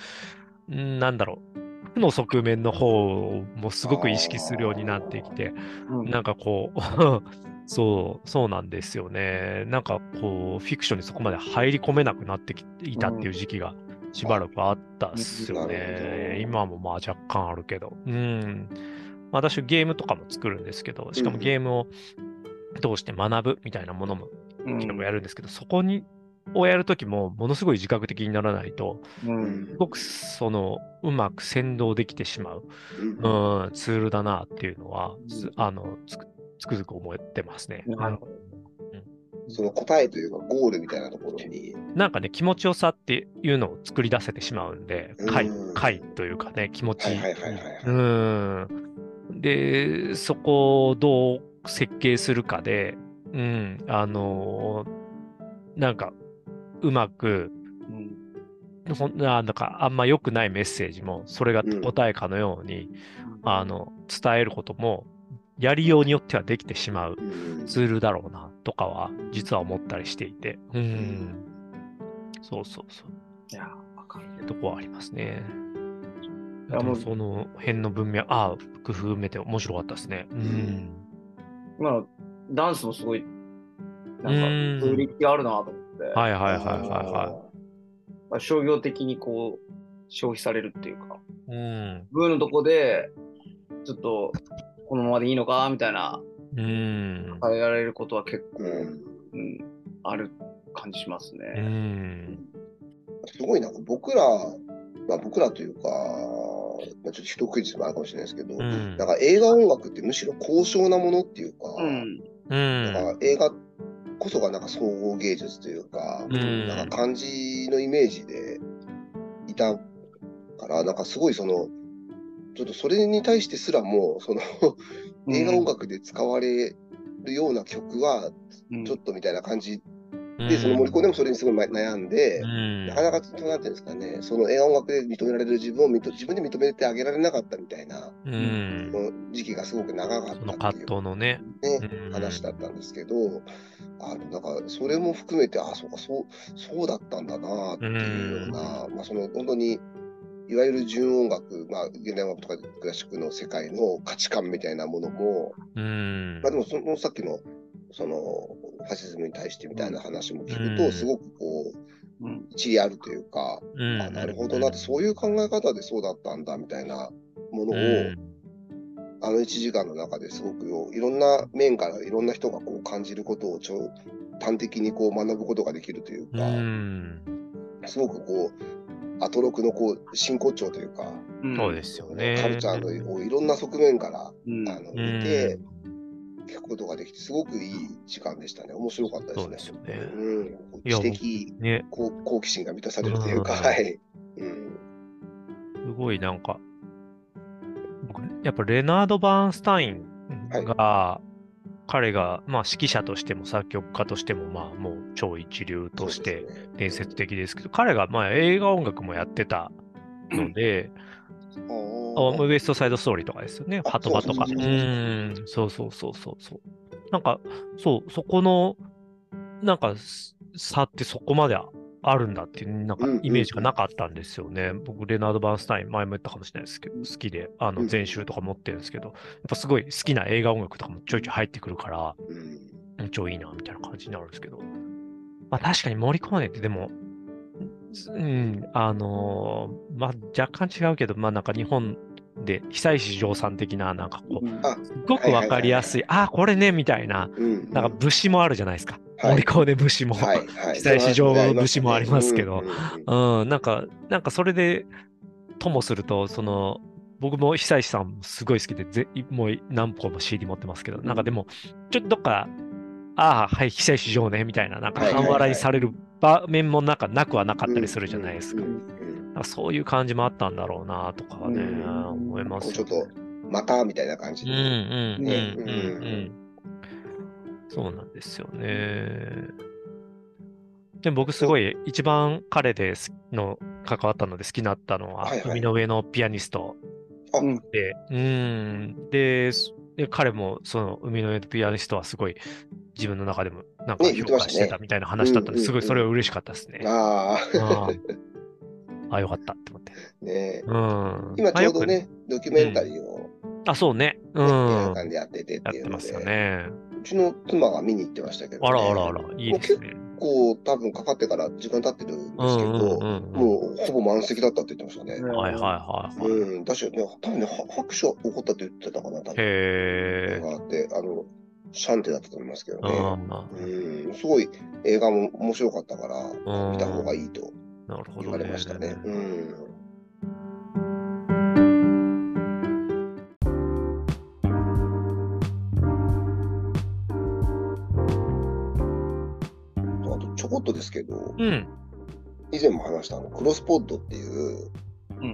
Speaker 3: んなんだろう、負の側面の方もすごく意識するようになってきて、
Speaker 2: うん
Speaker 3: なんかこう、 そう、そうなんですよね。なんかこう、フィクションにそこまで入り込めなくなってきいたっていう時期がしばらくあったっすよ
Speaker 1: なるほ
Speaker 3: ね
Speaker 1: ど。
Speaker 3: 今もまあ若干あるけど。うん。私ゲームとかも作るんですけど、しかもゲームを通して学ぶみたいなものも
Speaker 2: うん
Speaker 3: のもやるんですけど、そこに、をやるときもものすごい自覚的にならないと、
Speaker 2: うん
Speaker 3: すごくその、うまく先導できてしまう
Speaker 1: うん
Speaker 3: うん、ツールだなっていうのは、す
Speaker 2: うん
Speaker 3: あのつくつくづく思ってますね。
Speaker 2: なるほ
Speaker 1: その答えというか、ゴールみたいなところに。
Speaker 3: なんかね、気持ちよさっていうのを作り出せてしまうんで、快
Speaker 1: うん
Speaker 3: 快というかね、気持ち
Speaker 1: はいはいはいはいはい
Speaker 3: うん。で、そこをどう設計するかで、うん、あのーなんか、うまく、
Speaker 2: うん
Speaker 3: ほんなんかあんま良くないメッセージもそれが
Speaker 1: うん
Speaker 3: 答えかのように、あの伝えることもやりようによってはできてしまう
Speaker 1: うん
Speaker 3: ツールだろうなとかは実は思ったりしていてうんそうそうそう
Speaker 2: いや、わかる。
Speaker 3: いうとこはありますね
Speaker 2: い
Speaker 3: で
Speaker 2: やも
Speaker 3: も
Speaker 2: う
Speaker 3: その辺の文脈ああ工夫埋めて面白かったですねうん
Speaker 2: 今のダンスもすごい、な
Speaker 3: うん
Speaker 2: か、
Speaker 3: ん
Speaker 2: クリティあるなと思って、
Speaker 3: はいはいはいは
Speaker 2: まあ商業的にこう、消費されるっていうか、
Speaker 3: いはいうん
Speaker 2: ブーのとこで、ちょっと、このままでいいのかみたいな、
Speaker 3: うん
Speaker 2: 変えられることは結構、
Speaker 1: う
Speaker 2: うんん、ある感じします
Speaker 3: う
Speaker 2: ね。
Speaker 3: ん
Speaker 1: すごいなんか僕ら、まあ、僕らというか、まあ、ちょっと一口でもあるかもしれないですけど、
Speaker 3: うん
Speaker 1: なんか映画音楽ってむしろ高尚なものっていうか、
Speaker 2: うん。
Speaker 3: う
Speaker 1: なんか
Speaker 3: ん
Speaker 1: 映画こそがなんか総合芸術というか、
Speaker 3: うん
Speaker 1: なんか感じのイメージでいたから、なんかすごいその、ちょっとそれに対してすらも、その映画音楽で使われるような曲は
Speaker 2: うん
Speaker 1: ちょっとみたいな感じ
Speaker 3: うん
Speaker 1: で、その森子でもそれにすごい悩んで、
Speaker 3: うん
Speaker 1: なかなかそうなんていうんですかね、その映画音楽で認められる自分を認自分で認めてあげられなかったみたいな、
Speaker 3: うん
Speaker 1: その時期がすごく長かっ
Speaker 3: その
Speaker 1: たって
Speaker 3: 葛
Speaker 1: いう
Speaker 3: 藤のね
Speaker 1: ね、
Speaker 3: うん
Speaker 1: 話だったんですけど、あのなんかそれも含めて、あ、そうか、そうそうだったんだなっていうような、まあ、その本当に、いわゆる純音楽、まあ、現代音楽とかクラシックの世界の価値観みたいなものも、
Speaker 3: うん
Speaker 1: まあ、でもそのさっきのそのファシズムに対してみたいな話も聞く
Speaker 3: う
Speaker 1: と、
Speaker 3: ん
Speaker 1: すごくこう、
Speaker 2: うん
Speaker 1: 一理あるというか、
Speaker 3: うん
Speaker 1: あなるほどなって、そういう考え方でそうだったんだみたいなものを、あの1時間の中ですごくよいろんな面からいろんな人がこう感じることをちょ端的にこう学ぶことができるという
Speaker 3: う
Speaker 1: か、
Speaker 3: ん
Speaker 1: すごくこう、アトロクのこう真骨頂というか、
Speaker 3: うん、そうですよね。
Speaker 1: カルチャーのこういろんな側面から
Speaker 2: うん
Speaker 1: あの
Speaker 3: う
Speaker 1: 見
Speaker 3: ん
Speaker 1: て、聞くことができて、すごくいい時間でしたね。面白かったです
Speaker 3: そう
Speaker 1: ね
Speaker 3: で。すよね。
Speaker 1: うん、
Speaker 3: いや
Speaker 1: 知的
Speaker 3: ね、
Speaker 1: 好好奇心が満たされるというか、
Speaker 3: うん
Speaker 1: はい。うん
Speaker 3: すごいなんか、僕やっぱレナード・バーンスタインが、彼が、まあ、指揮者としても作曲家としても、まあ、もう超一流として、
Speaker 1: そうですね
Speaker 3: 伝説的ですけど、彼がまあ映画音楽もやってたので、
Speaker 1: あ
Speaker 3: あ
Speaker 1: ー
Speaker 3: ウエストサイドストーリーとかですよね、
Speaker 1: あ
Speaker 3: ハトバとか。う
Speaker 1: そうそうそうそう
Speaker 3: ーん、そうそうそうそうそう。なんか、そう、そこの、なんか、す差ってそこまであるんだっていう、なんか
Speaker 1: うんうんうん
Speaker 3: イメージがなかったんですよね。僕、レナード・バーンスタイン、前も言ったかもしれないですけど、好きで、あ
Speaker 1: う
Speaker 3: の、
Speaker 1: ん
Speaker 3: 全集とか持ってるんですけど、やっぱすごい好きな映画音楽とかもちょいちょい入ってくるから、
Speaker 1: うん
Speaker 3: 超いいな、みたいな感じになるんですけど。まあ確かに盛り込まれて、でも、うん、あのーまあ若干違うけど、まあなんか日本で久石譲さん的な、なんかこう、
Speaker 1: あ
Speaker 3: すごくわかりやすい、ああ、これね、みたいな、
Speaker 1: うん
Speaker 3: なんか武士もあるじゃないですか。
Speaker 1: はい
Speaker 3: 盛り込んで武士も。
Speaker 1: はいはい
Speaker 3: 久石譲の武士もありますけ
Speaker 1: う
Speaker 3: ど
Speaker 1: んうんうん
Speaker 3: うん、なんか、なんかそれで、ともすると、その、僕も久石さんすごい好きで、ぜもう何個も CD 持ってますけど、なんかでも、ちょっとどっか、ああ、はい、久石譲ね、みたいな、なんか
Speaker 1: はいはいは
Speaker 3: 半
Speaker 1: い
Speaker 3: 笑いされる場面もなんかなくはなかったりするじゃないですか。なんかそういう感じもあったんだろうなとかはね、
Speaker 1: うんうん
Speaker 3: 思います
Speaker 1: こうちょ
Speaker 3: よ
Speaker 1: っと
Speaker 3: ね。
Speaker 1: またみたいな感じ
Speaker 3: うん
Speaker 1: で、
Speaker 3: うんうん
Speaker 1: ね
Speaker 3: う
Speaker 1: う
Speaker 3: んうん。そうなんですよね。でも僕すごい一番彼ですの関わったので好きになったのは
Speaker 1: はいはい
Speaker 3: 海の上のピアニスト
Speaker 1: あ
Speaker 2: うん
Speaker 3: で、うん、で、そで彼もその海の上のピアニストはすごい自分の中でもなんか
Speaker 1: ね言
Speaker 3: 評
Speaker 1: ってま
Speaker 3: 価
Speaker 1: したね
Speaker 3: してたみたいな話だったんで、
Speaker 1: うん
Speaker 3: す
Speaker 1: うん
Speaker 3: ご
Speaker 1: うん
Speaker 3: いそれは嬉しかったですね。
Speaker 1: あ
Speaker 3: ああ、あよかったって思って。
Speaker 1: あね
Speaker 3: うん。
Speaker 1: 今ちょうど
Speaker 3: まあ。よ
Speaker 1: ねドキュメンタリーを、ね
Speaker 3: くあ、そうね。うん。
Speaker 1: 映画
Speaker 3: や
Speaker 1: 館でやっててって
Speaker 3: っ
Speaker 1: いうの
Speaker 3: てま
Speaker 1: です
Speaker 3: よね。
Speaker 1: うちの妻が見に行ってましたけど、ね、
Speaker 3: あらあらあら、いいですね。
Speaker 1: 結構多分かかってから時間経ってるん
Speaker 3: う
Speaker 1: ですけ
Speaker 3: んうん
Speaker 1: ど、
Speaker 3: うんうん。
Speaker 1: もうほぼ満席だったって言ってましたね。
Speaker 3: はいはいはいはい。
Speaker 1: うん、確かに、ね、多分ね、は拍手が起こったって言ってたかな、多分。
Speaker 3: へえ。
Speaker 1: があって、あの、シャンテだったと思いますけど
Speaker 3: う
Speaker 1: ね。
Speaker 3: んな
Speaker 1: うん、すごい映画も面白かったから、
Speaker 3: ん
Speaker 1: 見た方がいいと
Speaker 3: るほ
Speaker 1: 言
Speaker 3: ど
Speaker 1: わ
Speaker 3: ね
Speaker 1: れましたね。。うん。あとちょこっとですけど、
Speaker 3: うん。
Speaker 1: 以前も話したあのクロスポッドっていう、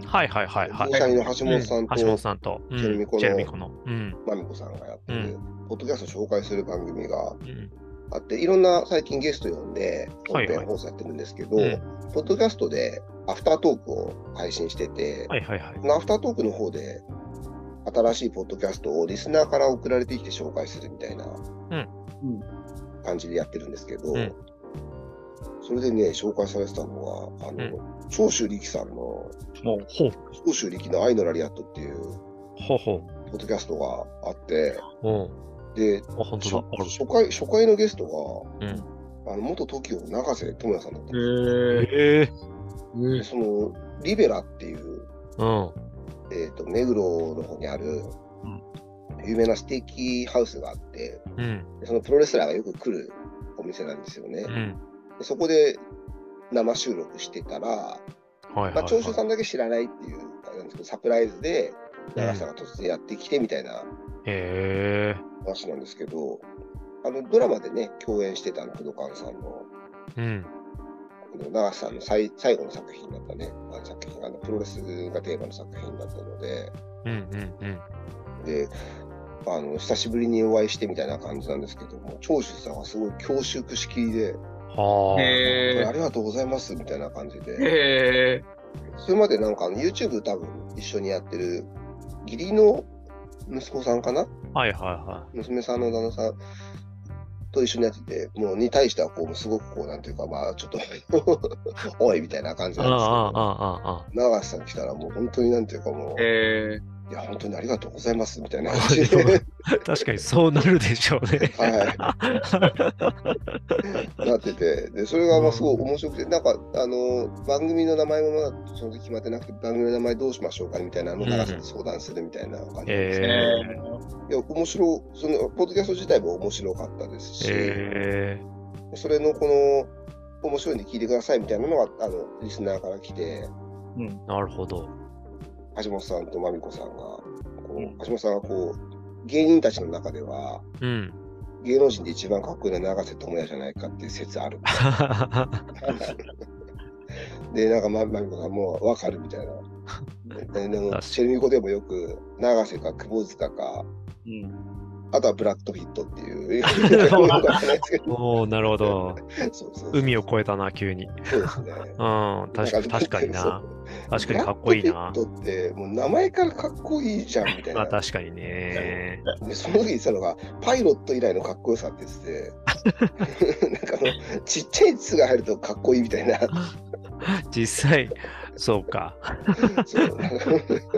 Speaker 3: はいはいはいは
Speaker 1: 防
Speaker 3: い。
Speaker 1: 災の橋
Speaker 3: うん
Speaker 1: 本さんと
Speaker 3: 橋本さんと、うん
Speaker 1: チェルミコの
Speaker 3: チェルミコの。うん。
Speaker 1: まみこさんがやって
Speaker 3: う
Speaker 1: る、ポッドキャストを紹介する番組が
Speaker 3: うん
Speaker 1: あって、いろんな最近ゲスト呼んで、
Speaker 3: は
Speaker 1: 本
Speaker 3: いはい
Speaker 1: 編放送やってるんですけど、
Speaker 3: うん
Speaker 1: ポッドキャストでアフタートークを配信してて、
Speaker 3: はいはいはい
Speaker 1: こ。のアフタートークの方で、新しいポッドキャストをリスナーから送られてきて紹介するみたいな感じでやってるんですけど、
Speaker 3: うん
Speaker 1: それでね、紹介されてたのは、あの、長州力さんの、
Speaker 3: もうほう
Speaker 1: 長州力の愛のラリアットっていう
Speaker 3: ほうほ
Speaker 1: ポッドキャストがあって、
Speaker 3: う。おう
Speaker 1: で、
Speaker 3: あ、本
Speaker 1: 初
Speaker 3: 当だ。ある
Speaker 1: 初回初回のゲスト
Speaker 3: うん
Speaker 1: が、あの元 TOKIO の永瀬智也さんだったんですよ
Speaker 3: へえ。
Speaker 1: でそのリベラっていう、
Speaker 3: うん。
Speaker 1: えー、と目黒の方にある
Speaker 2: うん
Speaker 1: 有名なステーキハウスがあって
Speaker 3: うん。
Speaker 1: でそのプロレスラーがよく来るお店なんですよね。
Speaker 3: うん。
Speaker 1: でそこで生収録してたら、
Speaker 3: はいはい
Speaker 1: ま
Speaker 3: は
Speaker 1: あ、
Speaker 3: い。
Speaker 1: 長州さんだけ知らないっていうあれなんですけどサプライズで長瀬さんが突然やってきてみたいな
Speaker 3: へえ。
Speaker 1: 話なんですけど、あのドラマでね共演してたあの工藤勘さんの
Speaker 3: うん。
Speaker 1: 長瀬さんの最最後の作品だったね、あの作品あのプロレスがテーマの作品だったので、
Speaker 3: うんうんうん。
Speaker 1: であの久しぶりにお会いしてみたいな感じなんですけども、長州さんはすごい恐縮しきりで、
Speaker 3: はあ。
Speaker 2: へ
Speaker 1: ありがとうございますみたいな感じ
Speaker 2: え。
Speaker 1: で、
Speaker 2: へえ。
Speaker 1: それまでなんかあの YouTube 多分一緒にやってる義理の息子さんかな、
Speaker 3: はいはいは
Speaker 1: 娘さんの旦那さんと一緒にやってて、もうに対してはこうすごくこう、なんていうか、まあちょっと、 おいみたいな感じ
Speaker 3: い。あ
Speaker 1: な
Speaker 3: あ
Speaker 1: んですけ
Speaker 3: あ
Speaker 1: ど。
Speaker 3: ああああ。
Speaker 1: 長瀬さん来たらもう本当になんていうかもう、
Speaker 2: へえ。
Speaker 1: いや、本当にありがとうございますみたいな
Speaker 3: そう
Speaker 1: 感じで、
Speaker 3: 確かにそうなるでしょうね。
Speaker 1: はい、なってて、でそれがまあすごい面白くて、なんかあの番組の名前もまだその時決まってなくて、番組の名前どうしましょうかみたいなのを長瀬に相談するみたいな感じですけど、
Speaker 3: へ
Speaker 1: いや面白いその、ポッドキャスト自体も面白かったですし、
Speaker 3: へえ。
Speaker 1: それのこの、面白いんで聞いてくださいみたいなのがあのリスナーから来て、
Speaker 3: なるほど。
Speaker 1: 橋本さんとまみこさんが、こう橋本さんがこう芸人たちの中では、
Speaker 3: うん。
Speaker 1: 芸能人で一番かっこいいのは永瀬智也じゃないかっていう説ある。で、なんか、ま、まみこさんもわかるみ たいな。でで
Speaker 3: 確か
Speaker 1: も
Speaker 3: に
Speaker 1: チェルミコでもよく、永瀬か久保塚か、
Speaker 2: うん。
Speaker 1: あとはブラッド・ピットっていう。
Speaker 3: そう
Speaker 1: なんかわかんないですけど
Speaker 3: おおなるほど。
Speaker 1: そうそうそう
Speaker 3: 海を越えたな、急に。
Speaker 1: そうですね。
Speaker 3: うん、確かに確かにな。確かにかっこいいな
Speaker 1: ブラ。ッド・ピットって、もう名前からかっこいいじゃんみたい
Speaker 3: まあ
Speaker 1: な。
Speaker 3: 確かにね。
Speaker 1: でその時言ってたのが、パイロット以来のかっこよさって言ってて、 なんかあの、ちっちゃい「つ」が入るとかっこいいみたいな。
Speaker 3: 実際、そうか。
Speaker 1: そう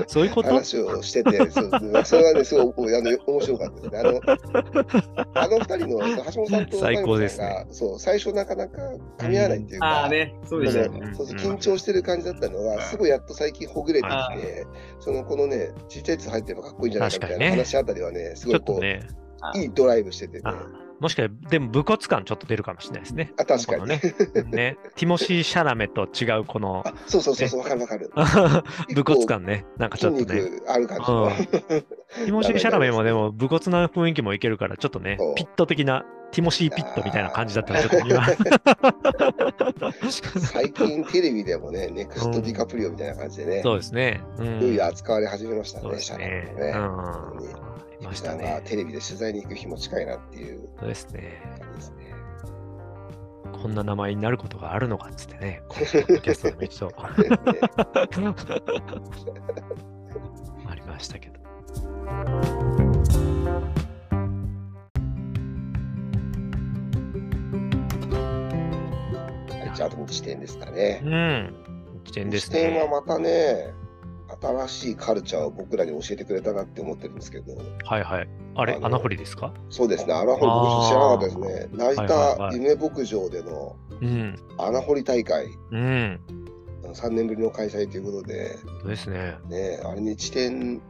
Speaker 3: そういうこと
Speaker 1: 話をしてて、そうそれはね、すごいあの面白かったですね。あの あの二人のあの橋本さんと
Speaker 3: 最高ですね
Speaker 1: 真由美さんがそう最初なかなか噛み合わないっていう
Speaker 2: あ
Speaker 1: か、
Speaker 2: あね、そう
Speaker 1: な
Speaker 2: で
Speaker 1: ん
Speaker 2: した
Speaker 1: か
Speaker 2: ね。
Speaker 1: そうそう
Speaker 3: うん
Speaker 1: 緊張してる感じだったのが、すごいやっと最近ほぐれて
Speaker 2: あ
Speaker 1: きて、そのこのね、ちっちゃいやつ入ってればかっこいいんじゃないかみた
Speaker 3: 確
Speaker 1: い
Speaker 3: かに
Speaker 1: な
Speaker 3: ね
Speaker 1: 話あたりはね、す
Speaker 3: ち
Speaker 1: ご
Speaker 3: ょ
Speaker 1: い
Speaker 3: っと
Speaker 1: こう、
Speaker 3: ね。
Speaker 1: いいドライブしててね。
Speaker 3: あもしかして、でも武骨感ちょっと出るかもしれないですね。
Speaker 1: あ、確か
Speaker 3: この
Speaker 1: に。
Speaker 3: ね。ね。ティモシー・シャラメと違うこの
Speaker 1: あ、そうそうそうそう、わかるわ かる。
Speaker 3: 武骨感ね。なんかち
Speaker 1: 筋
Speaker 3: ょっとね。
Speaker 1: 肉ある感じの。
Speaker 3: うんティモシー・シャラメもでも武骨な雰囲気もいけるから、ちょっとね
Speaker 1: そう、
Speaker 3: ピット的なティモシー・ピットみたいな感じだったのちょっと 今
Speaker 1: 最近テレビでもね、ネクストディカプリオみたいな感じでね、
Speaker 3: そうですね。う
Speaker 1: いよい
Speaker 3: ん。
Speaker 1: よ扱われ始めました
Speaker 3: そう
Speaker 1: ね、
Speaker 3: です
Speaker 1: 社内
Speaker 3: ね。
Speaker 1: も
Speaker 3: う
Speaker 1: ね。
Speaker 3: ん。
Speaker 1: 本
Speaker 3: あ
Speaker 1: 当に
Speaker 3: りまし
Speaker 1: な
Speaker 3: た
Speaker 1: んか
Speaker 3: ね。
Speaker 1: テレビで取材に行く日も近いなっていう
Speaker 3: そうですね。
Speaker 1: 感じです ね。
Speaker 3: こんな名前になることがあるのかっつっ てね、このポッドキャストでも一度ありましたけど。
Speaker 1: はいじゃあ、あとの視点ですかね
Speaker 3: う。ん。起点です
Speaker 1: 視点は
Speaker 3: ね。
Speaker 1: またね、新しいカルチャーを僕らに教えてくれたなって思ってるんですけど、
Speaker 3: はいはい。あれ
Speaker 1: あ、の
Speaker 3: 穴掘りですか
Speaker 1: そうですね、穴掘り僕知らなかったですね。成
Speaker 3: はいはい
Speaker 1: 田
Speaker 3: はい
Speaker 1: 夢牧場での
Speaker 3: うん。
Speaker 1: 穴掘り大会、
Speaker 3: うん。
Speaker 1: 3年ぶりの開催ということで、
Speaker 3: そうですね。
Speaker 1: ね、あれに地点、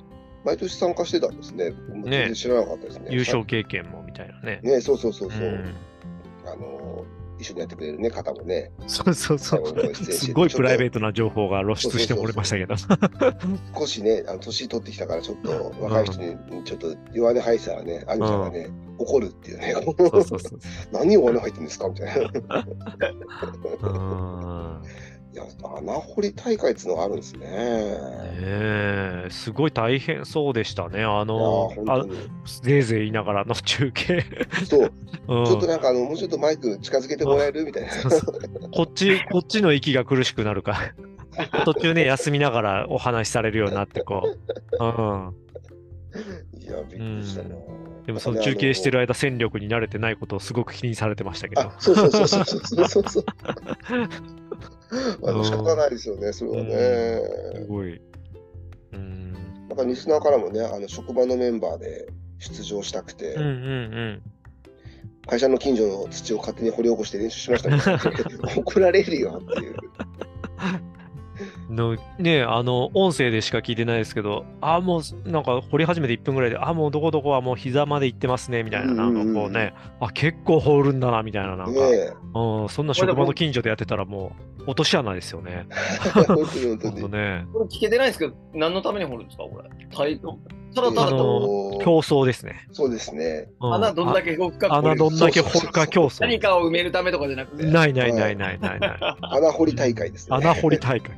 Speaker 1: 毎年参加してたんですね。僕全然知らなかったですね。
Speaker 3: 優勝経験もみたいなね。
Speaker 1: ね、そうそうそう
Speaker 3: う
Speaker 1: そう。
Speaker 3: ん。
Speaker 1: あの一緒にやってくれる、ね、方もね、
Speaker 3: そうそうそ
Speaker 1: 最後の方に
Speaker 3: う。
Speaker 1: 出演して
Speaker 3: すごいプライベートな情報が露出しておりましたけど。
Speaker 1: 少しね、あの年取ってきたから、ちょっと若い人にちょっと弱音吐いてたらね、アニちゃんがね、怒るっていうね、
Speaker 3: そうそうそう。
Speaker 1: 何を穴入ってんですかみたいな。いう
Speaker 3: ーん。ね
Speaker 1: や、穴掘り大会っていうのがあるんですね。
Speaker 3: えすごい大変そうでしたね。あ
Speaker 1: いや
Speaker 3: の、
Speaker 1: 本
Speaker 3: あ
Speaker 1: 当に
Speaker 3: ぜいぜい言いながらの中継。
Speaker 1: そう、
Speaker 3: うん
Speaker 1: ちょっとなんかあの、もうちょっとマイク近づけてもらえるみたいな。
Speaker 3: そうそう こっち、こっちの息が苦しくなるか。途中ね、休みながらお話しされるようになって、こう。う
Speaker 1: いや、びっくりしたな。
Speaker 3: ん。でも、その中継して
Speaker 1: る。
Speaker 3: る間、戦力に慣れてないことをすごく気にされてましたけど
Speaker 1: あ。、そうそうそうそうそうそう そう。まあ、仕方ないですよね、それは
Speaker 3: す
Speaker 1: ね。
Speaker 3: ごい。うん。
Speaker 1: なんかリスナーからもね、あの職場のメンバーで出場したくて、
Speaker 3: うんうん
Speaker 1: 会社の近所の土を勝手に掘り起こして練習しました けど、怒られるよっていう。
Speaker 3: うん。のねあの、音声でしか聞いてないですけど、あーもう、なんか掘り始めて1分ぐらいで、あーもうどこどこはもう膝まで行ってますね、みたいな、なんかこうね、あ、結構掘るんだな、みたいな、なん
Speaker 1: ね
Speaker 3: か、
Speaker 1: え。
Speaker 3: うん、そんな職場の近所でやってたらもう落とし穴ですよね。
Speaker 1: 本当に
Speaker 3: ほん
Speaker 1: 本当
Speaker 3: と
Speaker 1: に。
Speaker 3: ね、
Speaker 2: これ聞けてないですけど、何のために掘るんですか、これ。タイトただ
Speaker 1: あ
Speaker 2: ただ
Speaker 3: の
Speaker 2: と、
Speaker 1: の
Speaker 3: 競争ですね。
Speaker 1: そうですね。
Speaker 3: うん
Speaker 2: 穴どんだけ深く
Speaker 3: あ
Speaker 2: 掘
Speaker 3: 穴
Speaker 2: れる
Speaker 3: どんだけ掘るか競争。
Speaker 2: 何かを埋めるためとかじゃなくて、
Speaker 3: ないないないないないない。
Speaker 1: 穴 掘り大会ですね。
Speaker 3: 穴掘り大会。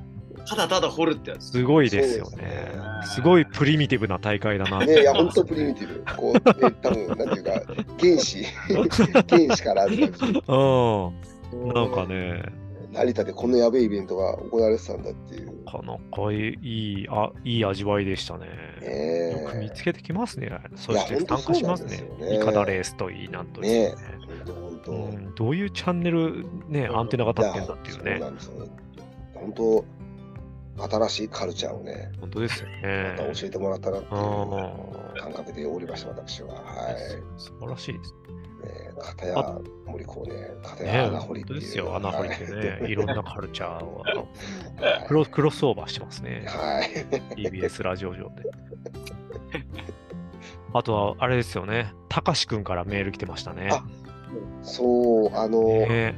Speaker 2: ただただ掘るってやつ。
Speaker 3: すごいですよ
Speaker 1: そう
Speaker 3: ね
Speaker 1: ですね。
Speaker 3: すごいプリミティブな大会だなって。
Speaker 1: ねえ、いや、本当プリミティブ。こう、ね、多分なんていうか、原 始、原始から、
Speaker 3: うん。なんかね、
Speaker 1: 成田でこのやべえイベントが行われてたんだっていう。
Speaker 3: この子いい、あ、いい味わいでしたね。よく見
Speaker 1: ね
Speaker 3: つけてきますね。そして
Speaker 1: 本当
Speaker 3: 参加しま
Speaker 1: そ
Speaker 3: す
Speaker 1: う
Speaker 3: ね
Speaker 1: なんです。よね
Speaker 3: イカダレースといい、なんといいですね。
Speaker 1: え。本当本当。
Speaker 3: うんどういうチャンネル、ね、アンテナが立ってんだってい
Speaker 1: や
Speaker 3: う
Speaker 1: そう
Speaker 3: ね
Speaker 1: な。んですよ。本当、新しいカルチャーをね、
Speaker 3: 本当ですよ
Speaker 1: ま
Speaker 3: ね
Speaker 1: た。教えてもらったなって
Speaker 3: う
Speaker 1: いうん感覚でおりました、私は。はい。
Speaker 3: 素晴らしいです
Speaker 1: ね、片や森子ね、片
Speaker 3: ね。
Speaker 1: や穴掘り
Speaker 3: 本
Speaker 1: っていう。
Speaker 3: 当ですよ、穴掘りって ね。いろんなカルチャーをあの
Speaker 1: はい
Speaker 3: クロクロスオーバーしてますね。
Speaker 1: はい。
Speaker 3: TBS ラジオ上で。あとは、あれですよね。たかしくんからメール来てましたね。
Speaker 1: あそう、あの、
Speaker 3: ね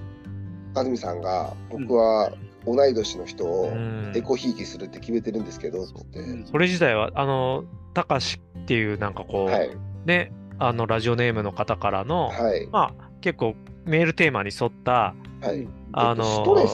Speaker 1: 安住さんが、僕は同い年の人
Speaker 3: う
Speaker 1: を
Speaker 3: ん
Speaker 1: エコひいきするって決めてるんですけど、つって。
Speaker 3: それ自体は、あの、たかしっていう、なんかこ
Speaker 1: は
Speaker 3: う、
Speaker 1: い。
Speaker 3: ね、あの、ラジオネームの方からの、
Speaker 1: はい。
Speaker 3: まあ、結構、メールテーマに沿った、
Speaker 1: はい。
Speaker 3: あの
Speaker 1: ストレス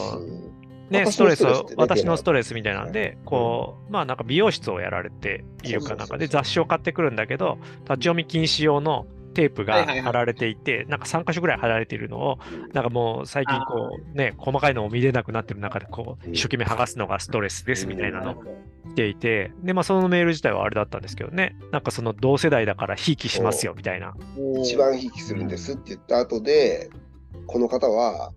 Speaker 3: ね、
Speaker 1: 私
Speaker 3: スト
Speaker 1: の
Speaker 3: レス
Speaker 1: ストレスっ
Speaker 3: を
Speaker 1: てね
Speaker 3: 私のストレスみたいなんで、
Speaker 1: うん
Speaker 3: こう、まあなんか美容室をやられている
Speaker 1: そ
Speaker 3: か
Speaker 1: うそ
Speaker 3: な
Speaker 1: うんそ
Speaker 3: か
Speaker 1: う
Speaker 3: で雑誌を買ってくるんだけど、立ち読み禁止用のテープ
Speaker 2: はい
Speaker 3: が
Speaker 2: はいはい
Speaker 3: 貼られていて、なんか3箇所ぐらい貼られているのを、なんかもう最近こうね、細かいのを見れなくなってる中で、こ
Speaker 1: う
Speaker 3: うん一生懸命剥がすのがストレスですみたいな
Speaker 1: な
Speaker 3: のを来ていて、で、まあそのメール自体はあれだったんですけどね、なんかその同世代だからひいきしますよみたいな。
Speaker 1: 一番ひいきするんですって言った後で、この方は、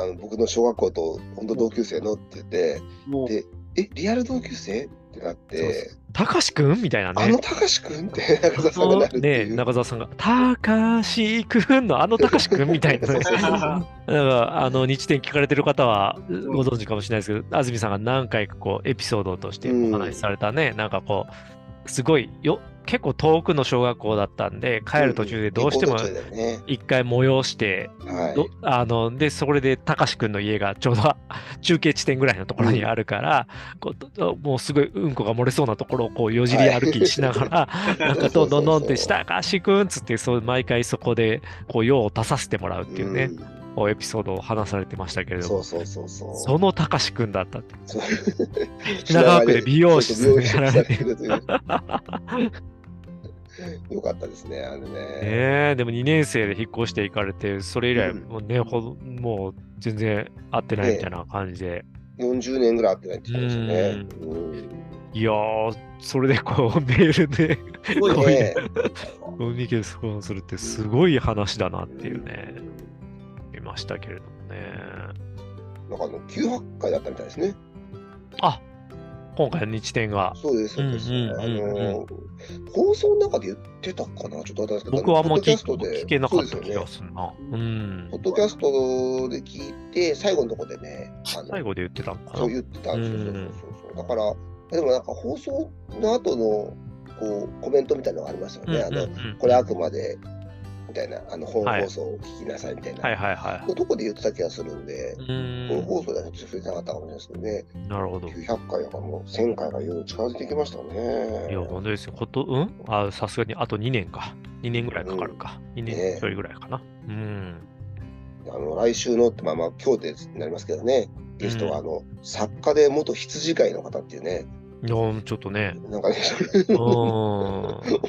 Speaker 1: あの僕の小学校と本当同級生のって言って、
Speaker 2: もう
Speaker 1: でえ、リアル同級生ってなって、
Speaker 3: たかしくんみたいな
Speaker 1: あの
Speaker 3: ね。
Speaker 1: たかしくんって中田さんがなるって
Speaker 3: ね
Speaker 1: いう。
Speaker 3: 中澤さんが「たかしくんのあのたかしくん」みたいなね
Speaker 1: そうそう
Speaker 2: そう
Speaker 3: なんかあの日展聞かれてる方はうんご存知かもしれないですけど、安住さんが何回かこうエピソードとしてお話しされたね、なんかこうすごいよ結構遠くの小学校だったんで帰る途中でどうして
Speaker 1: う
Speaker 3: も
Speaker 1: んうんね
Speaker 3: 一回催して、
Speaker 1: はい
Speaker 3: どあのでそれでたかしくんの家がちょうど 中継地点ぐらいのところにあるから、こうどもうすごいうんこが漏れそうなところをこうよじり歩きしなが ら、なんかどんどんどんって「たかしくん」っつってそう毎回そこでこう用を出させてもらうっていうね、こうエピソードを話されてましたけ
Speaker 1: う
Speaker 3: れ
Speaker 1: ん
Speaker 3: ど
Speaker 1: そ
Speaker 3: も
Speaker 1: うそうそうそう。
Speaker 3: そのたかしくんだったって
Speaker 1: そう
Speaker 3: 品川区で美容室
Speaker 1: そう
Speaker 3: を
Speaker 1: 美
Speaker 3: やら
Speaker 1: 容
Speaker 3: れ
Speaker 1: 室
Speaker 3: て
Speaker 1: を
Speaker 3: る。
Speaker 1: や られてるよかったですね、あれ
Speaker 3: ね
Speaker 1: ね。
Speaker 3: えでも2年生で引っ越していかれてそれ以来もうね、ほどもう全然会ってないみたいな感じで、
Speaker 1: 40年ぐらい会ってないって言ってましたね。うん
Speaker 3: いやーそれでこうメ ールで
Speaker 2: すごい
Speaker 3: こう
Speaker 2: ね。
Speaker 3: いうコミュニケーションするってすごい話だなっていうね見ましたけれどもね
Speaker 1: なんかあの、九八回だったみたいですね。
Speaker 3: あ今回の日展が
Speaker 1: そうです、そうです。
Speaker 3: う
Speaker 1: あ
Speaker 3: んうんうんうん
Speaker 1: の、放送の中で言ってたかな、ちょっと私
Speaker 3: 僕はあんま聞
Speaker 1: ポッドキャストで
Speaker 3: 聞けなかった
Speaker 1: そうで
Speaker 3: 気
Speaker 1: すよね。
Speaker 3: がするなうん
Speaker 1: ポッドキャストで聞いて、最後のとこでね、あの
Speaker 3: 最後で言ってたのかな
Speaker 1: そう言ってたんですよ。
Speaker 3: う
Speaker 1: そ
Speaker 3: ん
Speaker 1: うそうそうそうだから、でもなんか放送の後のこうコメントみたいなのがありましたよね。あ
Speaker 3: うんう
Speaker 1: の
Speaker 3: んうん
Speaker 1: これあくまでみたいな、あの本
Speaker 3: はい
Speaker 1: 放送を聞きなさいみたいな、
Speaker 3: はいはいは
Speaker 1: どこで言ってた気がするんで、
Speaker 3: いう
Speaker 1: 本
Speaker 3: ん
Speaker 1: 放送ではちょっと触れてなかったかもしれないです
Speaker 3: なるほど
Speaker 1: けどね、900回だからもう1000回がいよいよ近づいてきましたね。
Speaker 3: いや、本当ですよ。こと、うんあ、さすがにあと2年か。2年ぐらいかかるか。2
Speaker 1: ねえ
Speaker 3: 年ちょいぐらいかな。うん。
Speaker 1: あの来週のって、まあまあ今日でになりますけどね、ゲストはあの、作家で元羊飼いの方っていうね、
Speaker 3: いや、ちょっ とね。
Speaker 1: なんかね、
Speaker 3: うー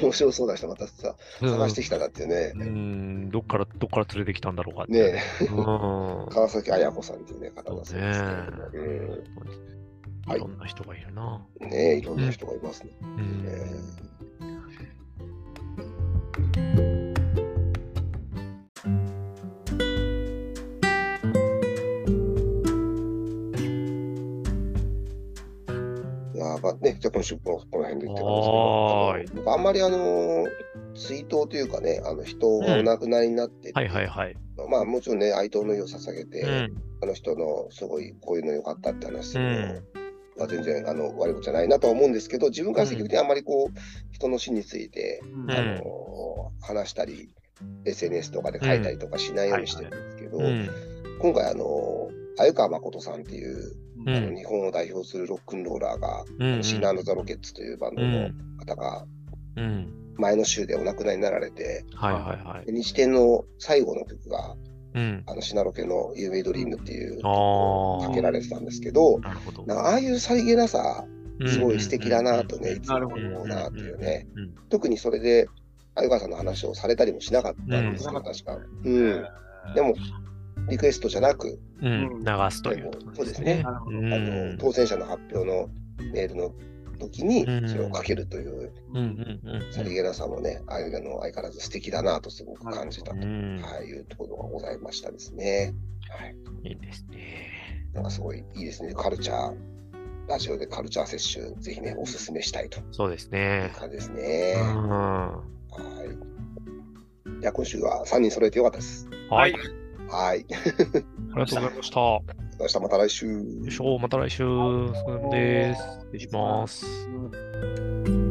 Speaker 1: 面白そうな人またさ、
Speaker 3: ん。
Speaker 1: 探してきたなっていうね。
Speaker 3: うん、どっから、どっから連れてきたんだろうかって。
Speaker 1: ねえ
Speaker 3: うん。そ
Speaker 1: 川崎綾子さんっていうね方が
Speaker 3: う
Speaker 1: そう
Speaker 3: ね
Speaker 1: ですけど
Speaker 3: え。
Speaker 1: はい
Speaker 3: いろんな人がいるな。
Speaker 1: うん、ねいろんな人がいますね。
Speaker 3: うん。
Speaker 1: えーいやーまあね、じゃあ今週もこの辺で言って
Speaker 3: はーい
Speaker 1: すけどあの僕あんまりあのー追悼というかね、あの人がお亡くなりになって、
Speaker 3: はいはいはい。
Speaker 1: まあもちろんね、哀悼の意を捧げて、
Speaker 3: うん。
Speaker 1: あの人のすごいこういうの良かったって話す
Speaker 3: う
Speaker 1: るの
Speaker 3: ん。
Speaker 1: まあ、全然あの悪いことじゃないなとは思うんですけど、自分から積極的にあんまりこう、人の死について、
Speaker 3: ん
Speaker 1: あの話したり、SNS とかで書いたりとかしないようにしてるんですけど、
Speaker 3: うん。
Speaker 1: 今回あの、鮎川誠さんっていう、
Speaker 3: うん
Speaker 1: あの日本を代表するロックンローラーが、
Speaker 3: うん。
Speaker 1: シーナザ・ロケッツというバンド
Speaker 3: う
Speaker 1: の
Speaker 3: ん。
Speaker 1: 方が、
Speaker 3: うん。
Speaker 1: 前の週でお亡くなりになられて、
Speaker 3: はいはいはい。
Speaker 1: で日展の最後の曲が、
Speaker 3: うん。
Speaker 1: あのシナロケの「夢ドリームっていう
Speaker 3: あー
Speaker 1: かけられてたんですけど、
Speaker 3: なるほど。
Speaker 1: なんかああいうさりげなさ、すごい素敵だなとね、
Speaker 3: うん
Speaker 1: いつも
Speaker 2: なるほど
Speaker 1: 思うなっていうね。
Speaker 3: うんうん
Speaker 1: 特にそれで、鮎川さんの話をされたりもしなかったんですよ、
Speaker 2: うん
Speaker 1: 確か。うん。でも、リクエストじゃなく、
Speaker 3: うん、流すという
Speaker 1: でも
Speaker 3: こと
Speaker 1: そうですね
Speaker 2: なるほど
Speaker 1: あの当選者の発表のメールの時に
Speaker 3: うん
Speaker 1: それをかけるという
Speaker 3: うんうんうんうん
Speaker 1: さりげなさもね、ああいうの相変わらず素敵だなとすごく感じたと、
Speaker 3: うん
Speaker 1: はい、いうところがございましたですね。はい、
Speaker 3: いいですね。
Speaker 1: なんかすごいいいですね、カルチャー、ラジオでカルチャー接種、ぜひね、おすすめしたいとい
Speaker 3: そうです
Speaker 1: う
Speaker 3: ね。
Speaker 1: 感じです
Speaker 3: う
Speaker 1: ね。
Speaker 3: ん。
Speaker 1: はい。じゃあ今週は3人揃えてよかったです。
Speaker 3: はい。あり
Speaker 1: はい。
Speaker 3: がとうございました。よ
Speaker 1: 明日また来週。
Speaker 3: いしょ、また来週。お疲れ様です。失礼します。
Speaker 2: うん